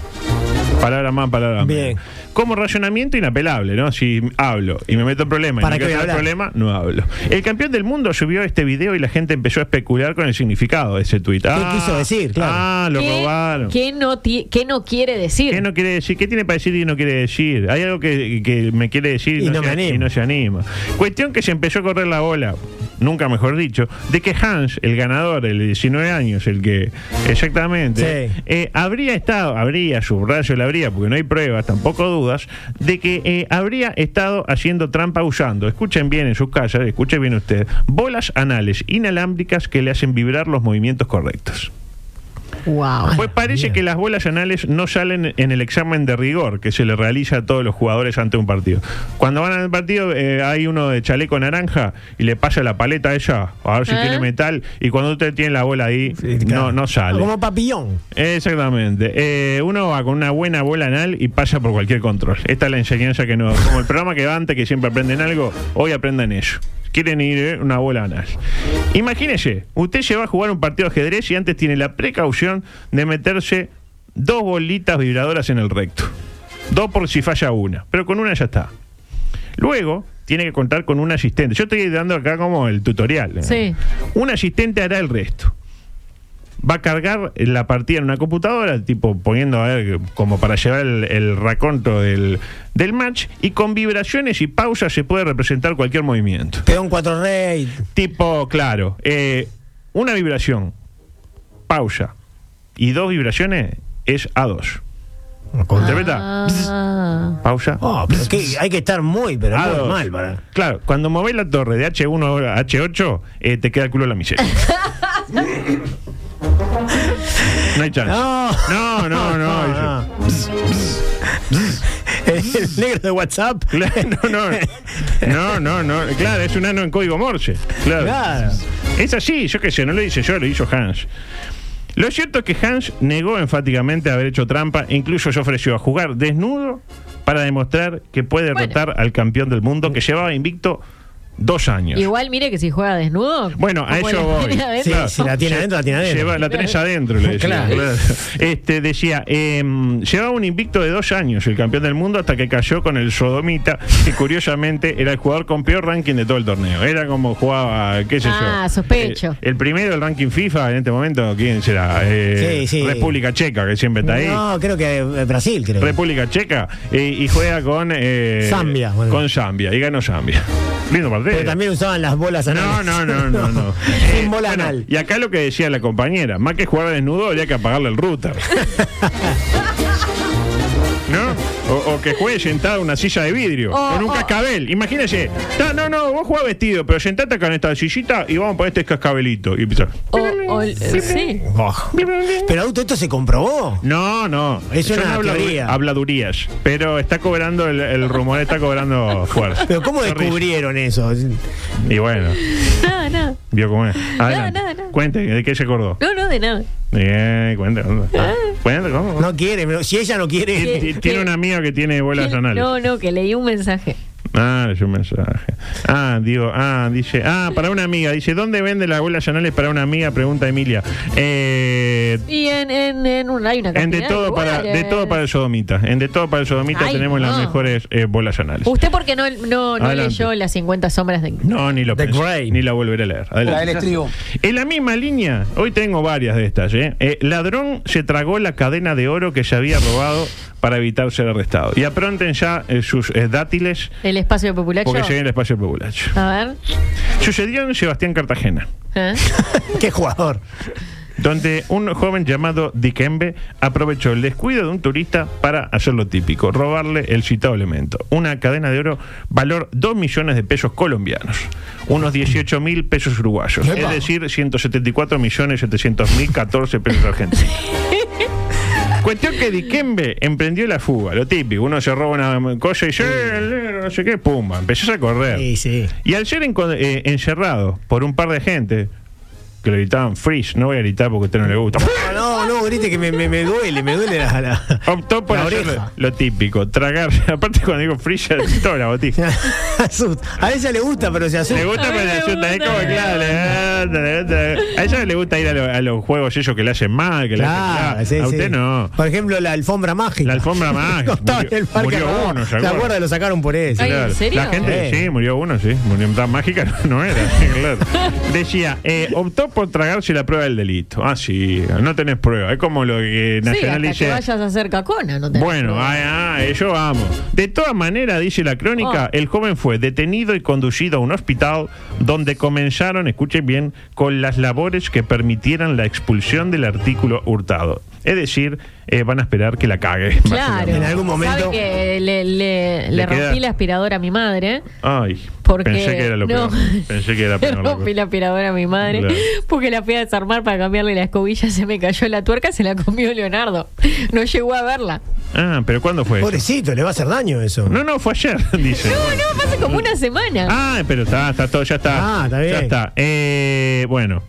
[SPEAKER 9] Palabra más, palabra más. Bien. Como racionamiento inapelable, ¿no? Si hablo y me meto en problemas
[SPEAKER 10] ¿Para
[SPEAKER 9] y no
[SPEAKER 10] qué
[SPEAKER 9] quiero
[SPEAKER 10] voy a
[SPEAKER 9] tener
[SPEAKER 10] hablar?
[SPEAKER 9] problemas, no hablo. El campeón del mundo subió este video y la gente empezó a especular con el significado de ese tuit. ¿Qué
[SPEAKER 10] quiso decir? Claro.
[SPEAKER 9] Ah, lo robaron.
[SPEAKER 11] ¿Qué no, ti- qué no quiere decir?
[SPEAKER 9] ¿Qué no quiere decir? ¿Qué tiene para decir y no quiere decir? Hay algo que, que me quiere decir
[SPEAKER 10] Y no
[SPEAKER 9] se,
[SPEAKER 10] me animo.
[SPEAKER 9] y no se anima. Cuestión que se empezó a correr la bola, nunca mejor dicho, de que Hans, el ganador, el de 19 años, el que exactamente, eh, habría estado, habría, subrayo el habría, porque no hay pruebas, tampoco dudas, de que eh, habría estado haciendo trampa usando, escuchen bien en sus casas, escuchen bien usted, bolas anales inalámbricas que le hacen vibrar los movimientos correctos.
[SPEAKER 11] Wow.
[SPEAKER 9] Pues parece que las bolas anales no salen en el examen de rigor que se le realiza a todos los jugadores ante un partido. Cuando van al partido eh, hay uno de chaleco naranja y le pasa la paleta ella, a ver si
[SPEAKER 10] ¿Eh?
[SPEAKER 9] tiene metal, y cuando usted tiene la bola ahí, no, no sale.
[SPEAKER 10] Como papillón.
[SPEAKER 9] Exactamente. Eh, uno va con una buena bola anal y pasa por cualquier control. Esta es la enseñanza que no. Como el programa que va antes, que siempre aprenden algo, hoy aprendan eso. Quieren ir eh, una bola anal. Imagínese, usted se va a jugar un partido de ajedrez y antes tiene la precaución de meterse dos bolitas vibradoras en el recto. Dos por si falla una, pero con una ya está. Luego tiene que contar con un asistente. Yo estoy dando acá como el tutorial. ¿eh?
[SPEAKER 11] Sí.
[SPEAKER 9] Un asistente hará el resto va a cargar la partida en una computadora, tipo poniendo a ver, como para llevar el, el raconto del, del match, y con vibraciones y pausas se puede representar cualquier movimiento.
[SPEAKER 10] Peón cuatro rey.
[SPEAKER 9] Tipo, claro, eh, una vibración, pausa, y dos vibraciones es A2. ¿Interpreta?
[SPEAKER 11] Ah.
[SPEAKER 9] Pausa.
[SPEAKER 10] Oh, pero que hay que estar muy, pero muy
[SPEAKER 9] A2.
[SPEAKER 10] mal para.
[SPEAKER 9] Claro, cuando movés la torre de H1 a H8, eh, te queda el culo en la miseria. no hay chance. no, no. no, no.
[SPEAKER 10] El negro de WhatsApp.
[SPEAKER 9] No, no, no, no, no. Claro, es un ano en código Morse. Claro.
[SPEAKER 10] Claro.
[SPEAKER 9] Es así, yo qué sé, no lo hice yo, lo hizo Hans. Lo cierto es que Hans negó enfáticamente haber hecho trampa, incluso se ofreció a jugar desnudo para demostrar que puede derrotar al campeón del mundo que llevaba invicto dos años.
[SPEAKER 11] Igual mire que si juega desnudo.
[SPEAKER 9] Bueno, a
[SPEAKER 11] como
[SPEAKER 9] eso
[SPEAKER 11] la
[SPEAKER 9] voy.
[SPEAKER 11] tiene adentro.
[SPEAKER 9] Lle- lleva- la tenés adentro, le decía.
[SPEAKER 10] Claro.
[SPEAKER 9] Claro. Este, decía, em, llevaba un invicto de dos años el campeón del mundo hasta que cayó con el Sodomita, que curiosamente era el jugador con peor ranking de todo el torneo. Era como jugaba, qué sé yo.
[SPEAKER 11] Ah, sospecho.
[SPEAKER 9] Eh, el primero del ranking FIFA en este momento, ¿quién será? Eh,
[SPEAKER 10] Sí, sí.
[SPEAKER 9] República Checa, que siempre está ahí.
[SPEAKER 10] No, creo que eh, Brasil, creo.
[SPEAKER 9] República Checa eh, y juega con eh,
[SPEAKER 10] Zambia, bueno.
[SPEAKER 9] con Zambia y ganó Zambia. Lindo partido.
[SPEAKER 10] Pero también usaban las bolas
[SPEAKER 9] No,
[SPEAKER 10] anales.
[SPEAKER 9] no, no, no, no. Eh,
[SPEAKER 10] Sin bola
[SPEAKER 9] Bueno,
[SPEAKER 10] anal.
[SPEAKER 9] Y acá lo que decía la compañera, más que jugar desnudo, habría que apagarle el router. ¿No? O, o que juegue sentado en una silla de vidrio,
[SPEAKER 10] Oh,
[SPEAKER 11] O-
[SPEAKER 9] con un
[SPEAKER 11] o-
[SPEAKER 9] cascabel. Imagínese, no, no, no, vos jugás vestido, pero sentate con esta sillita y vamos a poner este cascabelito. Y empieza.
[SPEAKER 11] O- o- eh, sí.
[SPEAKER 10] Oh. Pero auto, esto se comprobó.
[SPEAKER 9] No, no.
[SPEAKER 10] Es
[SPEAKER 9] Son
[SPEAKER 10] una
[SPEAKER 9] habladu-
[SPEAKER 10] teoría.
[SPEAKER 9] habladurías. Pero está cobrando, el, el rumor está cobrando fuerza.
[SPEAKER 10] Pero ¿cómo
[SPEAKER 9] Sorry.
[SPEAKER 10] descubrieron eso?
[SPEAKER 9] Y bueno,
[SPEAKER 11] No, no.
[SPEAKER 9] vio cómo es. Adelante.
[SPEAKER 11] no, no.
[SPEAKER 9] Cuente, ¿de qué se acordó?
[SPEAKER 11] No, no, de nada.
[SPEAKER 9] Bien, cuente, cuente.
[SPEAKER 11] Ah.
[SPEAKER 9] Cuente, ¿cómo?
[SPEAKER 10] No quiere, pero si ella no quiere.
[SPEAKER 9] Ti- Tiene un amigo que tiene bolas anales.
[SPEAKER 11] eh, No, no, que leí un mensaje.
[SPEAKER 9] Ah, es un mensaje. Ah, digo, ah, dice, ah, para una amiga. Dice, ¿dónde vende las bolas anales para una amiga? Pregunta Emilia. Eh,
[SPEAKER 11] Y en, en, en un, hay una
[SPEAKER 9] en de
[SPEAKER 11] cantidad eh.
[SPEAKER 9] todo para
[SPEAKER 11] lugares.
[SPEAKER 9] de todo para el sodomita. En de todo para el sodomita
[SPEAKER 11] Ay,
[SPEAKER 9] tenemos las
[SPEAKER 11] no.
[SPEAKER 9] mejores eh, bolas anales.
[SPEAKER 11] Usted porque no, no, no
[SPEAKER 9] Adelante.
[SPEAKER 11] leyó las 50 sombras de...
[SPEAKER 9] No, ni lo pensé, ni la volveré a leer. Adelante.
[SPEAKER 11] La del estribo.
[SPEAKER 9] En la misma línea, hoy tengo varias de estas. ¿eh? Eh, ladrón se tragó la cadena de oro que se había robado para evitar ser arrestado. Y apronten ya eh, sus eh, dátiles
[SPEAKER 11] El espacio popular.
[SPEAKER 9] porque llegué al espacio popular.
[SPEAKER 11] A ver.
[SPEAKER 9] Sucedió en Sebastián Cartagena.
[SPEAKER 11] ¿Eh?
[SPEAKER 10] Qué jugador.
[SPEAKER 9] donde un joven llamado Dikembe aprovechó el descuido de un turista para hacer lo típico, robarle el citado elemento. Una cadena de oro valor 2 millones de pesos colombianos, unos 18 mil pesos uruguayos,
[SPEAKER 16] ¡Epa!
[SPEAKER 9] es decir, 174 millones 700 mil 14 pesos argentinos. Cuestión que Dikembe emprendió la fuga, lo típico. Uno se roba una cosa y dice, "Eh, el negro, no sé qué, pumba, empezás a correr. Y al ser enco- eh, encerrado por un par de gente que le gritaban freeze, no voy a gritar porque a usted no le gusta.
[SPEAKER 10] No, no, grite que me, me- me duele, me duele la, la-
[SPEAKER 9] Optó por
[SPEAKER 10] La
[SPEAKER 9] hacer
[SPEAKER 10] oreja.
[SPEAKER 9] lo, lo típico, tragar. Aparte, cuando digo freeze, ya toda la botija.
[SPEAKER 10] Asust- A ella le gusta, pero se asusta.
[SPEAKER 9] Le gusta, pero le asusta. Es como, claro, le- le- le- le- A ella le gusta ir a, lo- a los juegos ellos que le hacen mal, que le hacen
[SPEAKER 10] Claro,
[SPEAKER 9] mal.
[SPEAKER 10] sí,
[SPEAKER 9] A
[SPEAKER 10] sí.
[SPEAKER 9] usted no.
[SPEAKER 10] Por ejemplo, la alfombra mágica.
[SPEAKER 9] La alfombra mágica.
[SPEAKER 10] Estaba en el parque.
[SPEAKER 9] Murió
[SPEAKER 10] Aragón.
[SPEAKER 9] uno, ¿se
[SPEAKER 10] ¿Te
[SPEAKER 9] acuerda?
[SPEAKER 10] acuerdas? Lo sacaron por eso.
[SPEAKER 9] Claro. La gente,
[SPEAKER 10] Eh.
[SPEAKER 9] sí, murió uno, sí. Murió tan mágica, no, no era. claro. Decía, eh, optó por tragarse la prueba del delito. Ah, sí, no tenés prueba. Es como lo que
[SPEAKER 11] Sí,
[SPEAKER 9] Nacional
[SPEAKER 11] hasta que
[SPEAKER 9] dice.
[SPEAKER 11] vayas a hacer cacona, no te
[SPEAKER 9] Bueno, ah, ah, eso vamos. De todas maneras, dice la crónica,
[SPEAKER 11] Oh.
[SPEAKER 9] el joven fue detenido y conducido a un hospital donde comenzaron, escuchen bien, con las labores que permitieran la expulsión del artículo hurtado. Es decir, eh, van a esperar que la cague.
[SPEAKER 11] Claro. ¿Sabe que le, le- le
[SPEAKER 9] Le
[SPEAKER 11] rompí
[SPEAKER 9] queda-
[SPEAKER 11] la aspiradora a mi madre?
[SPEAKER 9] Ay,
[SPEAKER 11] Porque-
[SPEAKER 9] pensé que era lo
[SPEAKER 11] no.
[SPEAKER 9] peor. Pensé que era
[SPEAKER 11] Le
[SPEAKER 9] peor. la
[SPEAKER 11] rompí la aspiradora a mi madre
[SPEAKER 9] Claro.
[SPEAKER 11] porque la fui a desarmar para cambiarle la escobilla, se me cayó la tuerca, se la comió Leonardo. No llegó a verla.
[SPEAKER 9] Ah, pero ¿cuándo fue? eso?
[SPEAKER 10] Pobrecito, le va a hacer daño eso.
[SPEAKER 9] No, no, fue ayer, dice.
[SPEAKER 11] No, no, pasa como una semana.
[SPEAKER 9] Ah, pero está, está todo, ya está.
[SPEAKER 10] Ah, está bien.
[SPEAKER 9] Ya está. Eh, bueno,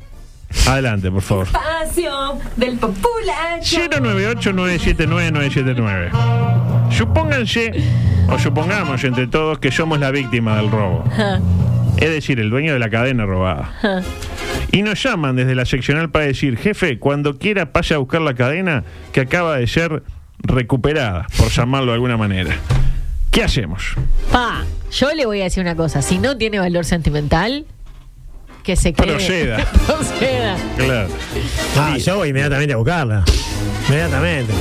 [SPEAKER 9] adelante, por favor.
[SPEAKER 11] Espacio del popular.
[SPEAKER 9] 098-979-979. Supónganse, o supongamos entre todos, que somos la víctima del robo.
[SPEAKER 11] Ah,
[SPEAKER 9] Es decir, el dueño de la cadena robada.
[SPEAKER 11] ah.
[SPEAKER 9] Y nos llaman desde la seccional para decir, jefe, cuando quiera pase a buscar la cadena que acaba de ser recuperada, por llamarlo de alguna manera. ¿Qué hacemos?
[SPEAKER 11] Pa, yo le voy a decir una cosa. Si no tiene valor sentimental, que se quede.
[SPEAKER 9] Proceda.
[SPEAKER 11] Proceda.
[SPEAKER 9] Claro.
[SPEAKER 10] Ah, yo voy inmediatamente a buscarla. Inmediatamente.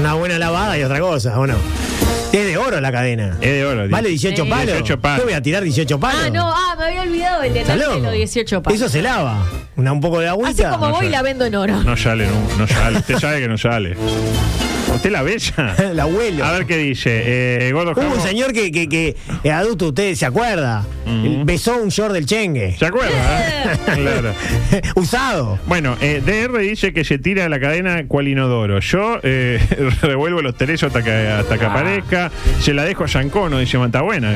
[SPEAKER 10] Una buena lavada y otra cosa, ¿o no? Es de oro la cadena.
[SPEAKER 9] Es de oro.
[SPEAKER 10] Vale 18
[SPEAKER 11] Sí.
[SPEAKER 10] palos.
[SPEAKER 9] 18 palos.
[SPEAKER 10] Yo voy a tirar 18 palos.
[SPEAKER 11] Ah, no, ah, me había olvidado el
[SPEAKER 10] ¿Está
[SPEAKER 11] detalle de
[SPEAKER 10] loco?
[SPEAKER 11] los 18 pasos.
[SPEAKER 10] Eso se lava. Una, un poco de
[SPEAKER 11] Así
[SPEAKER 10] agüita.
[SPEAKER 11] como
[SPEAKER 9] No
[SPEAKER 11] voy,
[SPEAKER 9] sé.
[SPEAKER 11] la vendo en oro.
[SPEAKER 9] No sale, no, no sale. Usted sabe que no sale. ¿Usted la ve ya?
[SPEAKER 10] El abuelo.
[SPEAKER 9] A ver qué dice. Eh, Gordo
[SPEAKER 10] Hubo
[SPEAKER 9] Javo,
[SPEAKER 10] un señor que, que, que eh, adulto, usted se acuerda,
[SPEAKER 9] Mm.
[SPEAKER 10] besó un short del chengue.
[SPEAKER 9] ¿Se acuerda? eh? Claro.
[SPEAKER 10] Usado.
[SPEAKER 9] Bueno, eh, DR dice que se tira la cadena cual inodoro. Yo eh, revuelvo los teresos hasta que, hasta que aparezca. Se la dejo a Sancono, dice Mantabuena.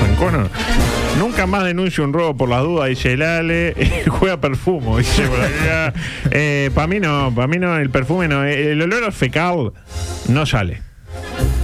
[SPEAKER 9] Sancono. eh, pues, Nunca más denuncio un robo por las dudas, dice el Ale. Juega perfumo, dice por acá. para mí no, para mí no, el perfume no. Eh, El olor a fecal no sale.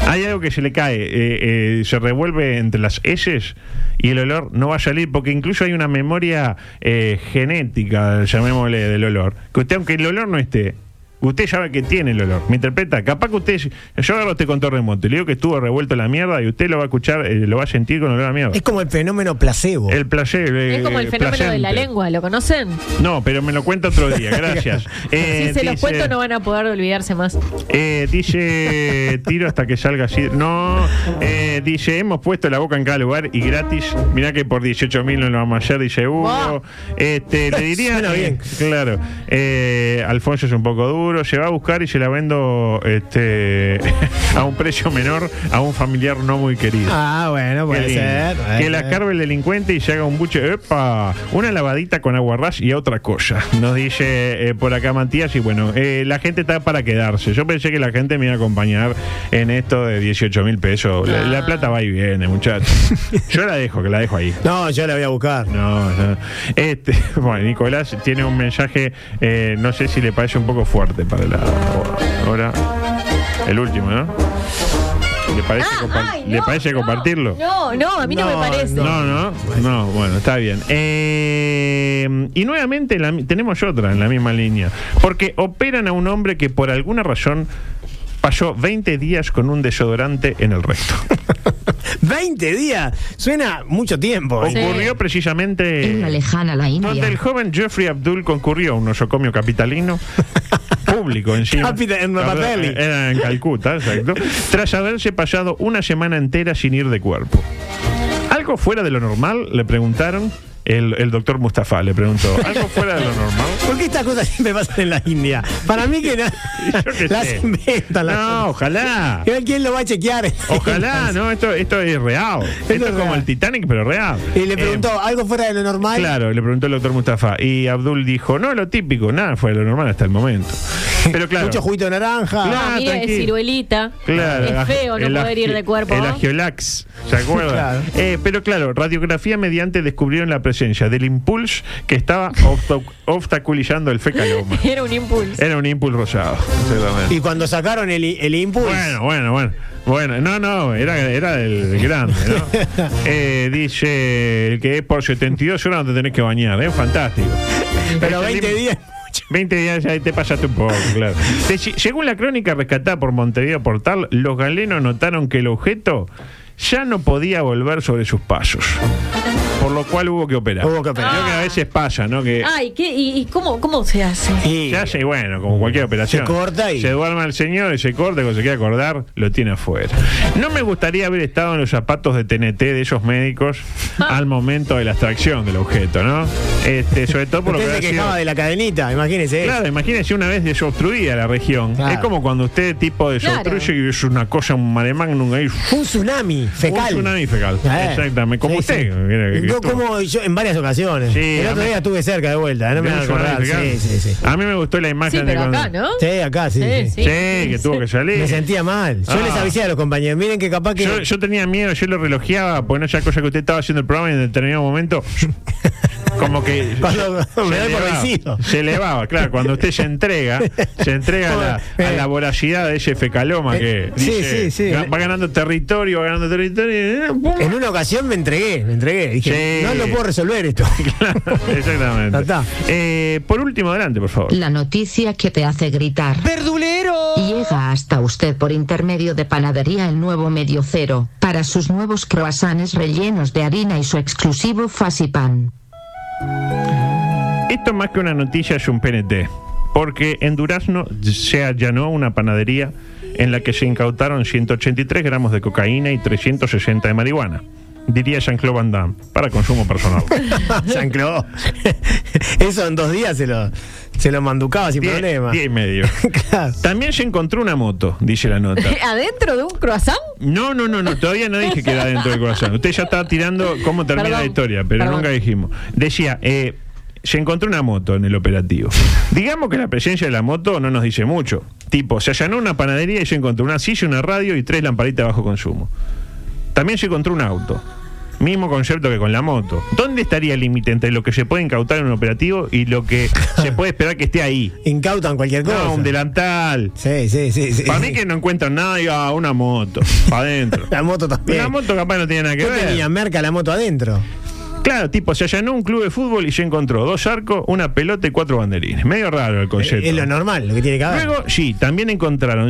[SPEAKER 9] Hay algo que se le cae, eh, eh, se revuelve entre las heces y el olor no va a salir, porque incluso hay una memoria eh, genética, llamémosle, del olor. Que usted, aunque el olor no esté, usted sabe que tiene el olor. ¿Me interpreta? Capaz que usted, yo agarro a este usted con terremoto y le digo que estuvo revuelto la mierda y usted lo va a escuchar, eh, lo va a sentir con olor a mierda.
[SPEAKER 10] Es como el fenómeno placebo.
[SPEAKER 9] El placer. eh,
[SPEAKER 11] Es como el fenómeno de la
[SPEAKER 9] placente.
[SPEAKER 11] lengua, ¿lo conocen?
[SPEAKER 9] No, pero me lo cuenta otro día, gracias. Eh,
[SPEAKER 11] si se los
[SPEAKER 9] dice-
[SPEAKER 11] cuento no van a poder olvidarse más.
[SPEAKER 9] Eh, dice tiro hasta que salga así. No, eh, dice hemos puesto la boca en cada lugar y gratis. Mirá que por 18 mil no lo vamos a hacer, dice Hugo.
[SPEAKER 11] Wow.
[SPEAKER 9] Este, le diría.
[SPEAKER 10] Suena
[SPEAKER 9] eh,
[SPEAKER 10] bien.
[SPEAKER 9] Claro. Eh, Alfonso es un poco duro. Se va a buscar y se la vendo este, a un precio menor a un familiar no muy querido.
[SPEAKER 10] Ah, bueno,
[SPEAKER 9] Qué
[SPEAKER 10] puede
[SPEAKER 9] lindo.
[SPEAKER 10] ser. puede
[SPEAKER 9] que la
[SPEAKER 10] ser.
[SPEAKER 9] carve el delincuente y se haga un buche. ¡Epa! Una lavadita con aguarrás y otra cosa. Nos dice eh, por acá Matías. Y bueno, eh, la gente está para quedarse. Yo pensé que la gente me iba a acompañar en esto de 18 mil pesos. La,
[SPEAKER 11] Ah.
[SPEAKER 9] la plata va y viene, muchachos. Yo la dejo, que la dejo ahí.
[SPEAKER 10] No, yo la voy a buscar.
[SPEAKER 9] No, no. Este, bueno, Nicolás tiene un mensaje, eh, no sé si le parece un poco fuerte para la hora. El último, ¿no? ¿Le parece, compa-
[SPEAKER 11] Ah, ay,
[SPEAKER 9] ¿le
[SPEAKER 11] no,
[SPEAKER 9] parece
[SPEAKER 11] no,
[SPEAKER 9] compartirlo?
[SPEAKER 11] No, no, a mí no,
[SPEAKER 10] No,
[SPEAKER 11] me parece.
[SPEAKER 9] No, no, no, bueno, está bien. Eh, y nuevamente la mi- tenemos otra en la misma línea, porque operan a un hombre que por alguna razón pasó 20 días con un desodorante en el resto.
[SPEAKER 10] 20 días. Suena mucho tiempo. ¿eh?
[SPEAKER 9] Ocurrió
[SPEAKER 13] En la
[SPEAKER 9] precisamente
[SPEAKER 13] lejana la
[SPEAKER 9] donde el
[SPEAKER 13] India.
[SPEAKER 9] joven Jeffrey Abdul concurrió a un osocomio capitalino. Público encima.
[SPEAKER 10] Capita- en Nueva Delhi.
[SPEAKER 9] Era eh, en Calcuta, exacto. Tras haberse pasado una semana entera sin ir de cuerpo. Algo fuera de lo normal, le preguntaron, el, el doctor Mustafa le preguntó, ¿algo fuera de lo normal?
[SPEAKER 10] ¿Por qué estas cosas siempre pasan en la India? Para mí que na-
[SPEAKER 9] qué
[SPEAKER 10] las
[SPEAKER 9] sé.
[SPEAKER 10] inventan. Las
[SPEAKER 9] No, ojalá.
[SPEAKER 10] Y ver ¿Quién lo va a chequear?
[SPEAKER 9] Ojalá, no, esto, esto es real. Esto, es como el Titanic, pero real.
[SPEAKER 10] Y le preguntó, ¿algo fuera de lo normal?
[SPEAKER 9] Eh, Claro, le preguntó el doctor Mustafa. Y Abdul dijo, no, lo típico, nada fue lo normal hasta el momento. Pero claro.
[SPEAKER 10] Mucho juguito de naranja.
[SPEAKER 9] Claro,
[SPEAKER 11] Ah, mira, es
[SPEAKER 9] tranquilo.
[SPEAKER 11] ciruelita.
[SPEAKER 9] Claro,
[SPEAKER 11] es feo no
[SPEAKER 9] el
[SPEAKER 11] poder ir
[SPEAKER 9] agio-
[SPEAKER 11] de cuerpo.
[SPEAKER 9] El agiolax, ¿se acuerdan?
[SPEAKER 10] Claro.
[SPEAKER 9] Eh, pero claro, radiografía mediante descubrieron la presencia del impulso que estaba obstac- obstaculizando el fecaloma.
[SPEAKER 11] ¿eh? Era un impulso.
[SPEAKER 9] Era un impulso rosado.
[SPEAKER 10] Y cuando sacaron el, el impulse.
[SPEAKER 9] Bueno, bueno, bueno. Bueno, no, no, era, era el grande, ¿no? Eh, dice el que es por 72 horas no te tenés que bañar, ¿eh? Fantástico.
[SPEAKER 10] Pero 20 días.
[SPEAKER 9] 20 días ya te pasaste un poco, claro. Te- según la crónica rescatada por Montevideo Portal, los galenos notaron que el objeto ya no podía volver sobre sus pasos. Por lo cual hubo que operar.
[SPEAKER 10] Hubo que operar.
[SPEAKER 9] Creo que a veces pasa, ¿no? Que
[SPEAKER 11] Ay, ¿qué? ¿Y, y cómo, cómo se hace?
[SPEAKER 9] se hace, y bueno, como cualquier operación.
[SPEAKER 10] Se corta y-
[SPEAKER 9] Se duerma el señor y se corta, cuando se quiere acordar, lo tiene afuera. No me gustaría haber estado en los zapatos de TNT de esos médicos al momento de la extracción del objeto, ¿no? Este, sobre todo por lo que
[SPEAKER 10] Usted se
[SPEAKER 9] había sido-
[SPEAKER 10] quejaba de la cadenita, imagínese.
[SPEAKER 9] Claro, imagínese una vez desobstruida la región.
[SPEAKER 10] Claro.
[SPEAKER 9] Es como cuando usted tipo desobstruye y es una cosa, un maremán, ahí.
[SPEAKER 10] Un tsunami fecal.
[SPEAKER 9] Un tsunami fecal.
[SPEAKER 10] Eh.
[SPEAKER 9] Exactamente. Como
[SPEAKER 10] Sí,
[SPEAKER 9] usted.
[SPEAKER 10] sí.
[SPEAKER 9] mira, que
[SPEAKER 10] Yo
[SPEAKER 9] estuvo.
[SPEAKER 10] como yo en varias ocasiones.
[SPEAKER 9] Sí,
[SPEAKER 10] el
[SPEAKER 9] a
[SPEAKER 10] otro
[SPEAKER 9] mí-
[SPEAKER 10] día estuve cerca de vuelta, ¿eh? no me voy
[SPEAKER 9] ¿De
[SPEAKER 10] a
[SPEAKER 9] un tsunami
[SPEAKER 10] acordar.
[SPEAKER 9] fecal?
[SPEAKER 10] Sí, sí, sí.
[SPEAKER 9] A mí me gustó la imagen
[SPEAKER 11] Sí,
[SPEAKER 9] de
[SPEAKER 11] pero
[SPEAKER 9] cuando-
[SPEAKER 11] acá, ¿no?
[SPEAKER 10] Sí, acá sí.
[SPEAKER 11] Sí,
[SPEAKER 10] sí.
[SPEAKER 11] sí.
[SPEAKER 9] Sí, que tuvo que salir.
[SPEAKER 10] Me sentía mal. Yo
[SPEAKER 9] Ah.
[SPEAKER 10] les avisé a los compañeros, miren que capaz que.
[SPEAKER 9] Yo, yo tenía miedo, yo lo relojeaba, pues no ya cosa que usted estaba haciendo el programa y en determinado momento. Como que.
[SPEAKER 10] Cuando- me doy por
[SPEAKER 9] elevaba,
[SPEAKER 10] vencido.
[SPEAKER 9] se elevaba, claro. Cuando usted se entrega, se entrega a la, a la voracidad de ese fecaloma que.
[SPEAKER 10] Eh, sí, sí,
[SPEAKER 9] dice,
[SPEAKER 10] sí.
[SPEAKER 9] "Ga- Va ganando territorio, va ganando territorio. y, eh, pum".
[SPEAKER 10] En una ocasión me entregué, me entregué. Dije,
[SPEAKER 9] Sí.
[SPEAKER 10] no lo puedo resolver esto.
[SPEAKER 9] Claro,
[SPEAKER 10] Ya
[SPEAKER 9] exactamente.
[SPEAKER 10] está.
[SPEAKER 9] Eh, por último, adelante, por favor.
[SPEAKER 13] La noticia que te hace gritar.
[SPEAKER 6] ¡Verdulero!
[SPEAKER 13] Llega hasta usted por intermedio de Panadería El Nuevo Medio Cero, para sus nuevos croissants rellenos de harina y su exclusivo fasipan.
[SPEAKER 9] Esto más que una noticia es un PNT, porque en Durazno se allanó una panadería en la que se incautaron 183 gramos de cocaína y 360 de marihuana. Diría Jean-Claude Van Damme, para consumo personal.
[SPEAKER 10] Jean-Claude. Eso en dos días se lo, se lo manducaba sin
[SPEAKER 9] Diez-
[SPEAKER 10] problema.
[SPEAKER 9] diez y medio.
[SPEAKER 10] Claro.
[SPEAKER 9] También se encontró una moto, dice la nota.
[SPEAKER 11] ¿Adentro de un croissant?
[SPEAKER 9] No, no, no, no, todavía no dije que era dentro del corazón. Usted ya estaba tirando cómo termina
[SPEAKER 11] Perdón,
[SPEAKER 9] la historia, pero
[SPEAKER 11] perdón.
[SPEAKER 9] nunca dijimos. Decía, eh, se encontró una moto en el operativo. Digamos que la presencia de la moto no nos dice mucho. Tipo, se allanó una panadería y se encontró una silla, una radio y tres lamparitas de bajo consumo. También se encontró un auto. Mismo concepto que con la moto. ¿Dónde estaría el límite entre lo que se puede incautar en un operativo y lo que se puede esperar que esté ahí?
[SPEAKER 10] Incautan cualquier cosa.
[SPEAKER 9] No, un delantal.
[SPEAKER 10] Sí, sí, sí. sí.
[SPEAKER 9] Para mí que no encuentran nada, digo, ah, una moto. Para adentro.
[SPEAKER 10] La moto también.
[SPEAKER 9] Una moto capaz no tiene nada que
[SPEAKER 10] Yo
[SPEAKER 9] ver.
[SPEAKER 10] tenía merca la moto adentro.
[SPEAKER 9] Claro, tipo, se allanó un club de fútbol y se encontró dos arcos, una pelota y cuatro banderines. Medio raro el concepto.
[SPEAKER 10] Es lo normal, lo que tiene que haber.
[SPEAKER 9] Luego, sí, también encontraron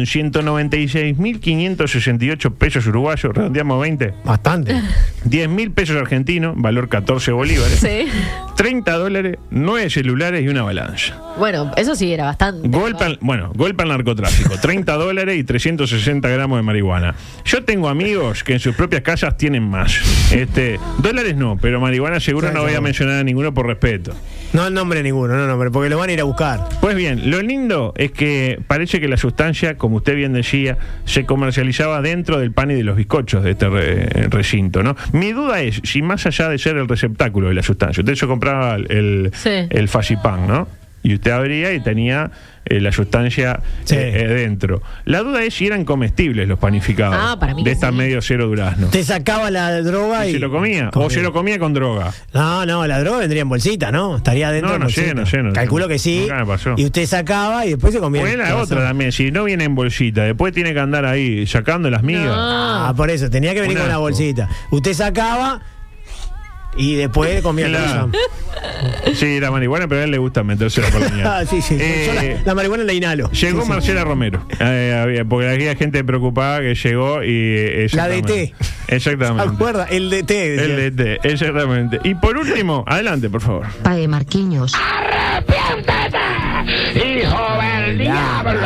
[SPEAKER 9] 196.568 pesos uruguayos, redondeamos 20,
[SPEAKER 10] Bastante.
[SPEAKER 9] 10.000 pesos argentinos, valor 14 bolívares,
[SPEAKER 11] Sí.
[SPEAKER 9] 30 dólares, 9 celulares y una balanza.
[SPEAKER 11] Bueno, eso sí era bastante.
[SPEAKER 9] Golpe al, bueno, golpe al narcotráfico. 30 dólares y 360 gramos de marihuana. Yo tengo amigos que en sus propias casas tienen más. Este, dólares no, pero marihuana seguro
[SPEAKER 10] Sí,
[SPEAKER 9] no voy a
[SPEAKER 10] seguro.
[SPEAKER 9] mencionar a ninguno por respeto.
[SPEAKER 10] No nombre ninguno, no nombre, porque lo van a ir a buscar.
[SPEAKER 9] Pues bien, lo lindo es que parece que la sustancia, como usted bien decía, se comercializaba dentro del pan y de los bizcochos de este re- recinto, ¿no? Mi duda es si más allá de ser el receptáculo de la sustancia, usted se compraba el, el,
[SPEAKER 11] Sí.
[SPEAKER 9] el fascipán, ¿no? Y usted abría y tenía eh, la sustancia
[SPEAKER 10] Sí.
[SPEAKER 9] eh, eh, dentro. La duda es si eran comestibles los panificados
[SPEAKER 11] Ah, para mí
[SPEAKER 9] de
[SPEAKER 11] que
[SPEAKER 9] estas
[SPEAKER 11] sí.
[SPEAKER 9] medio cero durazno.
[SPEAKER 10] Te sacaba la droga
[SPEAKER 9] Y
[SPEAKER 10] y.
[SPEAKER 9] se lo comía, o se lo comía con droga.
[SPEAKER 10] No, no, la droga vendría en bolsita, ¿no? Estaría dentro
[SPEAKER 9] No,
[SPEAKER 10] en
[SPEAKER 9] no sé,
[SPEAKER 10] bolsita.
[SPEAKER 9] no sé, no sé.
[SPEAKER 10] Calculo que sí.
[SPEAKER 9] Nunca me pasó.
[SPEAKER 10] Y usted sacaba y después se comía.
[SPEAKER 9] O
[SPEAKER 10] el
[SPEAKER 9] es la
[SPEAKER 10] corazón.
[SPEAKER 9] otra también, si no viene en bolsita, después tiene que andar ahí sacando las migas.
[SPEAKER 10] Ah, por eso, tenía que venir
[SPEAKER 9] Un
[SPEAKER 10] con la
[SPEAKER 9] asco.
[SPEAKER 10] bolsita. Usted sacaba y después comía el
[SPEAKER 9] Claro.
[SPEAKER 10] corazón.
[SPEAKER 9] Sí, la marihuana, pero a él le gusta meterse la
[SPEAKER 10] Ah,
[SPEAKER 9] colonia.
[SPEAKER 10] sí, sí. Yo la, la marihuana la inhalo.
[SPEAKER 9] Llegó
[SPEAKER 10] Sí, sí.
[SPEAKER 9] Marcela Romero, eh, había- porque había gente preocupada que llegó y... eh,
[SPEAKER 10] La
[SPEAKER 9] exactamente.
[SPEAKER 10] DT.
[SPEAKER 9] Exactamente.
[SPEAKER 10] Acuerda, el DT. decía.
[SPEAKER 9] El DT, exactamente. Y por último, adelante, por favor.
[SPEAKER 13] Pae Marquiños.
[SPEAKER 16] ¡Hijo del diablo!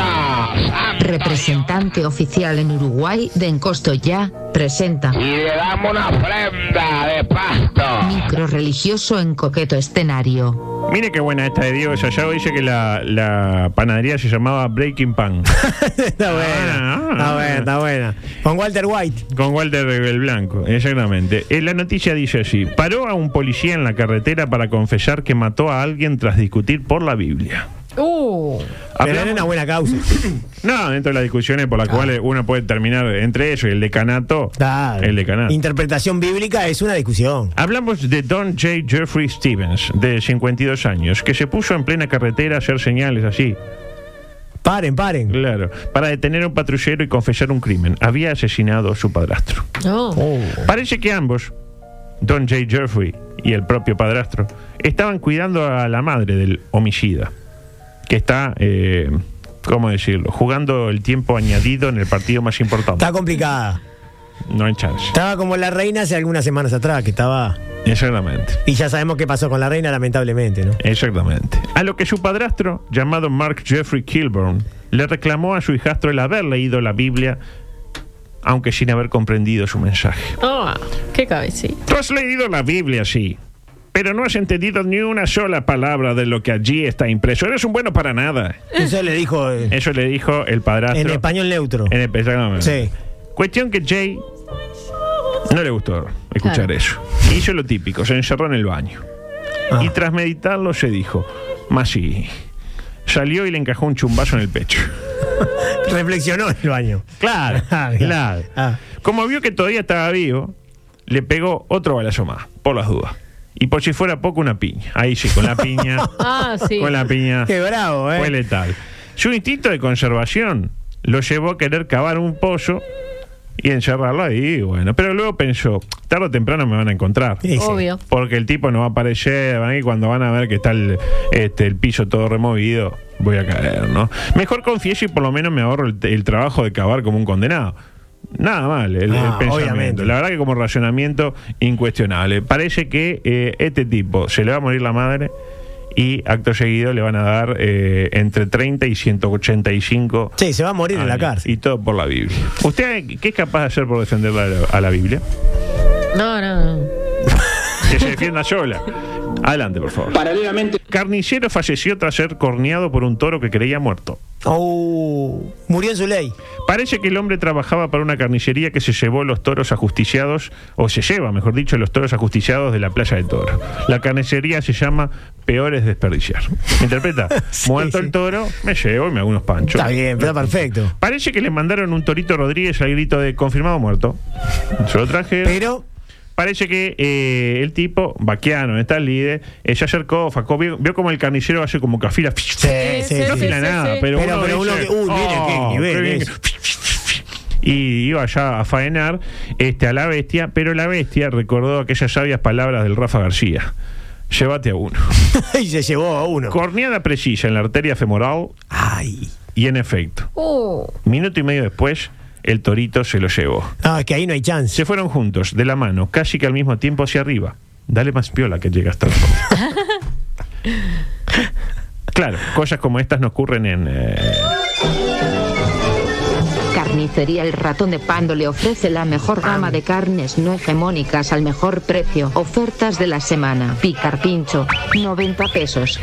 [SPEAKER 13] Representante oficial en Uruguay de Encosto Ya, presenta.
[SPEAKER 16] Y le damos una ofrenda de pasto.
[SPEAKER 13] Micro religioso en coqueto escenario.
[SPEAKER 9] Mire qué buena esta de Diego Sayago. Dice que la, la panadería se llamaba Breaking Pan.
[SPEAKER 10] está buena.
[SPEAKER 9] Ah,
[SPEAKER 10] está buena, está buena. Con Walter White.
[SPEAKER 9] Con Walter el Blanco, exactamente. Eh, la noticia dice así: paró a un policía en la carretera para confesar que mató a alguien tras discutir por la Biblia.
[SPEAKER 11] Uh,
[SPEAKER 10] Pero era una buena causa.
[SPEAKER 9] No, dentro de las discusiones por las cuales uno puede terminar entre ellos y el decanato.
[SPEAKER 10] Claro.
[SPEAKER 9] El decanato.
[SPEAKER 10] Interpretación bíblica es una discusión.
[SPEAKER 9] Hablamos de Don J. Jeffrey Stevens, de 52 años, que se puso en plena carretera a hacer señales así,
[SPEAKER 10] Paren, paren.
[SPEAKER 9] claro, para detener a un patrullero y confesar un crimen. Había asesinado a su padrastro.
[SPEAKER 11] no.
[SPEAKER 13] Oh.
[SPEAKER 9] Parece que ambos, Don J. Jeffrey y el propio padrastro, estaban cuidando a la madre del homicida, que está, eh, ¿cómo decirlo?, jugando el tiempo añadido en el partido más importante.
[SPEAKER 10] Está complicada.
[SPEAKER 9] No hay chance.
[SPEAKER 10] Estaba como la reina hace algunas semanas atrás, que estaba.
[SPEAKER 9] Exactamente.
[SPEAKER 10] Y ya sabemos qué pasó con la reina, lamentablemente, ¿no?
[SPEAKER 9] Exactamente. A lo que su padrastro, llamado Mark Jeffrey Kilburn, le reclamó a su hijastro el haber leído la Biblia, aunque sin haber comprendido su mensaje.
[SPEAKER 11] Ah, qué cabecita.
[SPEAKER 9] Tú has leído la Biblia, sí, pero no has entendido ni una sola palabra de lo que allí está impreso. Eres un bueno para nada.
[SPEAKER 10] Eso le dijo eh,
[SPEAKER 9] Eso le dijo el padrastro.
[SPEAKER 10] en español neutro.
[SPEAKER 9] En el- exactamente.
[SPEAKER 10] Sí.
[SPEAKER 9] Cuestión que Jay no le gustó escuchar
[SPEAKER 11] Claro.
[SPEAKER 9] eso. Hizo lo típico, se encerró en el baño.
[SPEAKER 10] Ah.
[SPEAKER 9] Y tras meditarlo se dijo, más sí. Salió y le encajó un chumbazo en el pecho.
[SPEAKER 10] Reflexionó en el baño.
[SPEAKER 9] Claro,
[SPEAKER 10] Ah, bien.
[SPEAKER 9] claro.
[SPEAKER 10] Ah.
[SPEAKER 9] Como vio que todavía estaba vivo, le pegó otro balazo más, por las dudas. Y por si fuera poco, una piña. Ahí sí, con la piña.
[SPEAKER 11] Ah, sí.
[SPEAKER 9] Con la piña.
[SPEAKER 10] Qué bravo, ¿eh?
[SPEAKER 9] Fue letal. Su instinto de conservación lo llevó a querer cavar un pozo y encerrarlo ahí, bueno. Pero luego pensó, tarde o temprano me van a encontrar.
[SPEAKER 10] Sí, sí.
[SPEAKER 11] Obvio.
[SPEAKER 9] Porque el tipo no va a aparecer, van a ir cuando van a ver que está el, este, el piso todo removido, voy a caer, ¿no? Mejor confieso y por lo menos me ahorro el, el trabajo de cavar como un condenado. Nada mal, el, el
[SPEAKER 10] Ah,
[SPEAKER 9] pensamiento.
[SPEAKER 10] obviamente.
[SPEAKER 9] La verdad que como racionamiento incuestionable. Parece que eh, este tipo se le va a morir la madre y acto seguido le van a dar eh, entre 30 y 185
[SPEAKER 10] Sí, se va a morir en la
[SPEAKER 9] años.
[SPEAKER 10] cárcel.
[SPEAKER 9] Y todo por la Biblia. ¿Usted qué es capaz de hacer por defender a la- a la Biblia?
[SPEAKER 11] No, no, no.
[SPEAKER 9] que se defienda sola. Adelante, por favor.
[SPEAKER 6] Paralelamente.
[SPEAKER 9] Carnicero falleció tras ser corneado por un toro que creía muerto.
[SPEAKER 10] Oh, murió en su ley.
[SPEAKER 9] Parece que el hombre trabajaba para una carnicería que se llevó los toros ajusticiados, o se lleva, mejor dicho, los toros ajusticiados de la Playa del Toro. La carnicería se llama Peores Desperdiciar. ¿Me interpreta?
[SPEAKER 10] Sí,
[SPEAKER 9] Muerto
[SPEAKER 10] sí.
[SPEAKER 9] el toro, me llevo y me hago unos panchos.
[SPEAKER 10] Está bien, está perfecto.
[SPEAKER 9] Parece que le mandaron un torito Rodríguez al grito de confirmado muerto. Se lo traje.
[SPEAKER 10] Pero
[SPEAKER 9] Parece que eh, el tipo, vaquiano, está el líder, eh, se acercó, facó, vio, vio como el carnicero hace como cafila.
[SPEAKER 10] Sí, sí,
[SPEAKER 9] no
[SPEAKER 10] sí,
[SPEAKER 9] fila
[SPEAKER 11] sí,
[SPEAKER 9] nada,
[SPEAKER 11] sí.
[SPEAKER 9] pero,
[SPEAKER 10] Pero-
[SPEAKER 9] uno
[SPEAKER 10] pero uno
[SPEAKER 9] dice,
[SPEAKER 10] que, uy, mire qué
[SPEAKER 9] "Oh,
[SPEAKER 10] nivel
[SPEAKER 9] qué bien
[SPEAKER 10] es".
[SPEAKER 9] que-". Y iba allá a faenar este, a la bestia, pero la bestia recordó aquellas sabias palabras del Rafa García. Llévate a uno.
[SPEAKER 10] y se llevó a uno.
[SPEAKER 9] Corneada precisa en la arteria femoral
[SPEAKER 10] Ay.
[SPEAKER 9] y en efecto,
[SPEAKER 13] Oh.
[SPEAKER 11] Uh,
[SPEAKER 9] minuto y medio después, el torito se lo llevó.
[SPEAKER 10] No, es que ahí no hay chance.
[SPEAKER 9] Se fueron juntos, de la mano, casi que al mismo tiempo hacia arriba. Dale más piola que llega hasta el fondo. Claro, cosas como estas no ocurren en... eh,
[SPEAKER 13] Carnicería El Ratón de Pando le ofrece la mejor gama de carnes no hegemónicas al mejor precio. Ofertas de la semana. Picar pincho, 90 pesos.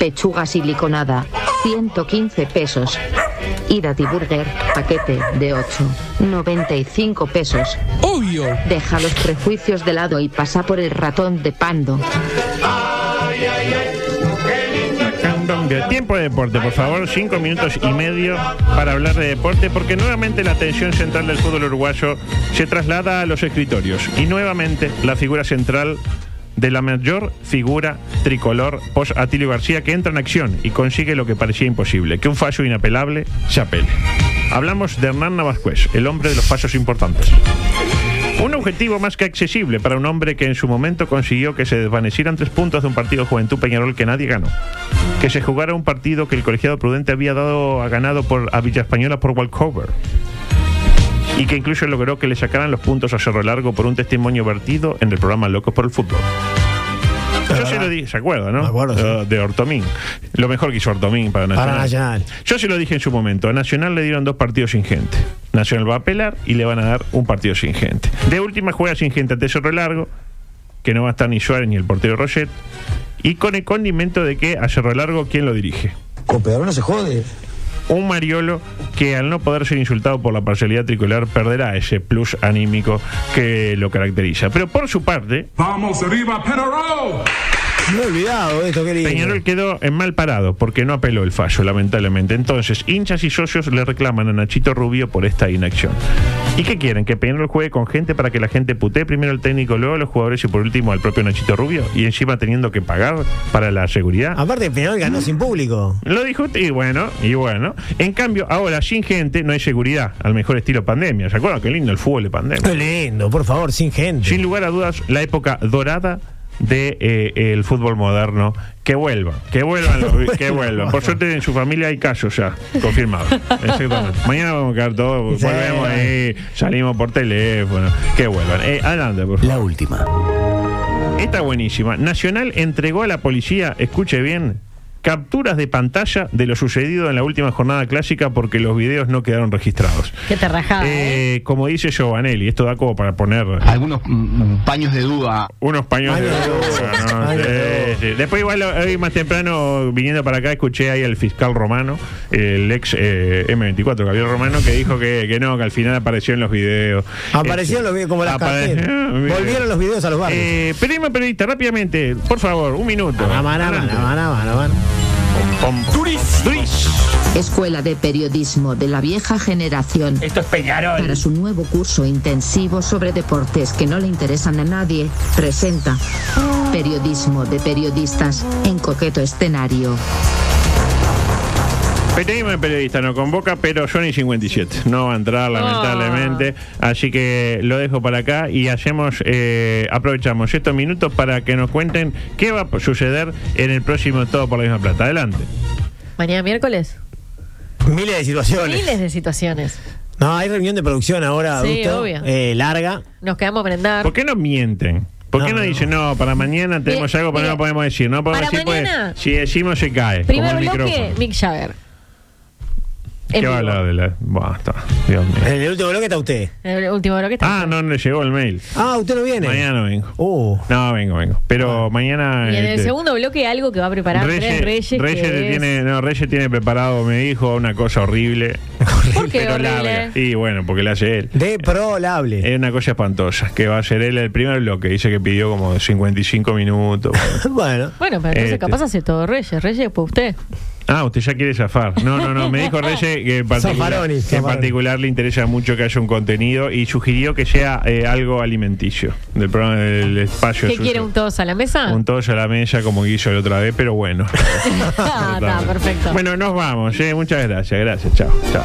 [SPEAKER 13] Pechuga siliconada, 115 pesos. Irati Burger, paquete de 8, 95 pesos.
[SPEAKER 6] Obvio.
[SPEAKER 13] Deja los prejuicios de lado y pasa por el ratón de pando.
[SPEAKER 9] Tiempo de deporte, por favor, cinco minutos y medio para hablar de deporte, porque nuevamente la atención central del fútbol uruguayo se traslada a los escritorios y nuevamente la figura central de la mayor figura tricolor post Atilio García que entra en acción y consigue lo que parecía imposible, que un fallo inapelable se apele. Hablamos de Hernán Navascués, el hombre de los pasos importantes. Un objetivo más que accesible para un hombre que en su momento consiguió que se desvanecieran tres puntos de un partido Juventud Peñarol que nadie ganó. Que se jugara un partido que el colegiado prudente había dado a ganado por, a Villa Española por walkover. y que incluso logró que le sacaran los puntos a Cerro Largo por un testimonio vertido en el programa Locos por el Fútbol. Yo se lo dije, ¿se acuerda, no? Eh, De Ortomín. Lo mejor que hizo Ortomín para Nacional.
[SPEAKER 10] Para Nacional.
[SPEAKER 9] Yo se lo dije en su momento. A Nacional le dieron dos partidos sin gente. Nacional va a apelar y le van a dar un partido sin gente. De última juega sin gente ante Cerro Largo, que no va a estar ni Suárez ni el portero Roget. Y con el condimento de que a Cerro Largo, ¿quién lo dirige?
[SPEAKER 17] Cooperador no se jode.
[SPEAKER 9] Un Mariolo que al no poder ser insultado por la parcialidad tricolor perderá ese plus anímico que lo caracteriza. Pero por su parte,
[SPEAKER 17] Vamos arriba, Penarol. No he olvidado esto,
[SPEAKER 10] Eh,
[SPEAKER 17] querido.
[SPEAKER 9] Peñarol quedó en mal parado porque no apeló el fallo, lamentablemente. Entonces, hinchas y socios le reclaman a Nachito Rubio por esta inacción. ¿Y qué quieren? ¿Que Peñarol juegue con gente para que la gente putee primero al técnico, luego a los jugadores y por último al propio Nachito Rubio? Y encima teniendo que pagar para la seguridad.
[SPEAKER 10] Aparte, Peñarol ganó sin público.
[SPEAKER 9] Lo dijo usted, y bueno, y bueno. En cambio, ahora sin gente no hay seguridad, al mejor estilo pandemia. ¿Se acuerdan? Qué lindo el fútbol de pandemia.
[SPEAKER 10] Qué lindo, por favor, sin gente.
[SPEAKER 9] Sin lugar a dudas, la época dorada de eh, el fútbol moderno que vuelva que vuelvan los- que vuelvan por suerte en su familia hay casos ya confirmados Exactamente. mañana vamos a quedar todos
[SPEAKER 10] Sí.
[SPEAKER 9] volvemos ahí salimos por teléfono que vuelvan Eh, adelante por favor.
[SPEAKER 2] La última.
[SPEAKER 9] esta buenísima Nacional entregó a la policía escuche bien capturas de pantalla de lo sucedido en la última jornada clásica porque los videos no quedaron registrados
[SPEAKER 11] Qué terrajada. ¿eh?
[SPEAKER 9] Eh, como dice Giovanelli, esto da como para poner.
[SPEAKER 16] Algunos mm, paños de duda.
[SPEAKER 9] Unos paños de
[SPEAKER 16] duda.
[SPEAKER 9] ¿no?
[SPEAKER 16] Paños
[SPEAKER 9] Sí,
[SPEAKER 16] de
[SPEAKER 9] sí. Después, igual, hoy más temprano, viniendo para acá, escuché ahí al fiscal romano, el ex eh, M24, Gabriel Romano, que dijo que, que no, que al final apareció en los videos. Este,
[SPEAKER 10] Aparecieron los videos como las
[SPEAKER 9] Apare-
[SPEAKER 10] carteras. Volvieron los videos a los barrios.
[SPEAKER 9] Eh, prima periodista, rápidamente, por favor, un minuto.
[SPEAKER 10] Amana, amana, amana, amana, amana.
[SPEAKER 9] Pom, pom, Duris.
[SPEAKER 13] Escuela de Periodismo de la Vieja Generación.
[SPEAKER 6] Esto es Peñarol.
[SPEAKER 13] Para su nuevo curso intensivo sobre deportes que no le interesan a nadie, presenta Periodismo de Periodistas en coqueto escenario.
[SPEAKER 9] Pequeño periodista no convoca, pero Sony 57 no va a
[SPEAKER 11] Ah.
[SPEAKER 9] entrar lamentablemente, así que lo dejo para acá y hacemos eh, aprovechamos estos minutos para que nos cuenten qué va a suceder en el próximo Todo por la misma plata. Adelante.
[SPEAKER 11] Mañana miércoles.
[SPEAKER 10] Miles de situaciones.
[SPEAKER 11] Miles de situaciones.
[SPEAKER 10] No, hay reunión de producción ahora,
[SPEAKER 11] Sí,
[SPEAKER 10] adulto,
[SPEAKER 11] obvio.
[SPEAKER 10] eh, larga.
[SPEAKER 11] Nos quedamos a brindar.
[SPEAKER 9] ¿Por qué nos mienten? ¿Por qué no, dicen no para mañana tenemos
[SPEAKER 11] Mire,
[SPEAKER 9] algo pero no
[SPEAKER 11] mire,
[SPEAKER 9] lo podemos decir? No podemos
[SPEAKER 11] para
[SPEAKER 9] decir porque
[SPEAKER 11] mañana-
[SPEAKER 9] si decimos se cae.
[SPEAKER 11] Primer
[SPEAKER 9] como el
[SPEAKER 11] bloque,
[SPEAKER 9] micrófono.
[SPEAKER 11] Mick Jagger.
[SPEAKER 9] ¿Qué
[SPEAKER 11] En
[SPEAKER 9] va a
[SPEAKER 11] vivo. Eh,
[SPEAKER 9] hablar de la? Basta, Dios mío.
[SPEAKER 10] En el último bloque está usted.
[SPEAKER 11] El último bloque está.
[SPEAKER 9] Ah, no, no le llegó el mail.
[SPEAKER 10] Ah, usted no viene.
[SPEAKER 9] Mañana no vengo.
[SPEAKER 10] Uh,
[SPEAKER 9] No, vengo, vengo. Pero mañana.
[SPEAKER 11] Ah. Y en el
[SPEAKER 9] este,
[SPEAKER 11] segundo bloque algo que va a preparar Andrés Reyes. que
[SPEAKER 9] Reyes le
[SPEAKER 11] es-
[SPEAKER 9] tiene, no, Reyes tiene preparado, me dijo, una cosa horrible,
[SPEAKER 11] ¿Por qué
[SPEAKER 9] pero
[SPEAKER 11] horrible?
[SPEAKER 9] larga. Y bueno, porque la hace él.
[SPEAKER 10] deprolable.
[SPEAKER 9] Es una cosa espantosa, que va a ser él el primer bloque. Dice que pidió como 55 minutos.
[SPEAKER 10] bueno.
[SPEAKER 11] Bueno, pero entonces
[SPEAKER 9] Este.
[SPEAKER 11] capaz hace todo Reyes. Reyes, pues usted.
[SPEAKER 9] Ah, usted ya quiere zafar. No, no, no. Me dijo Reyes que en particular,
[SPEAKER 10] Zafaroni,
[SPEAKER 9] que en
[SPEAKER 10] zafaroni.
[SPEAKER 9] particular le interesa mucho que haya un contenido y sugirió que sea eh, algo alimenticio del programa del espacio.
[SPEAKER 11] ¿Qué
[SPEAKER 9] suyo.
[SPEAKER 11] quiere un todos a la mesa?
[SPEAKER 9] Un todos a la mesa como Guillo la otra vez, pero bueno.
[SPEAKER 11] ah, está, perfecto.
[SPEAKER 9] Bueno, nos vamos. eh. Muchas gracias. Gracias. Chao. Chao.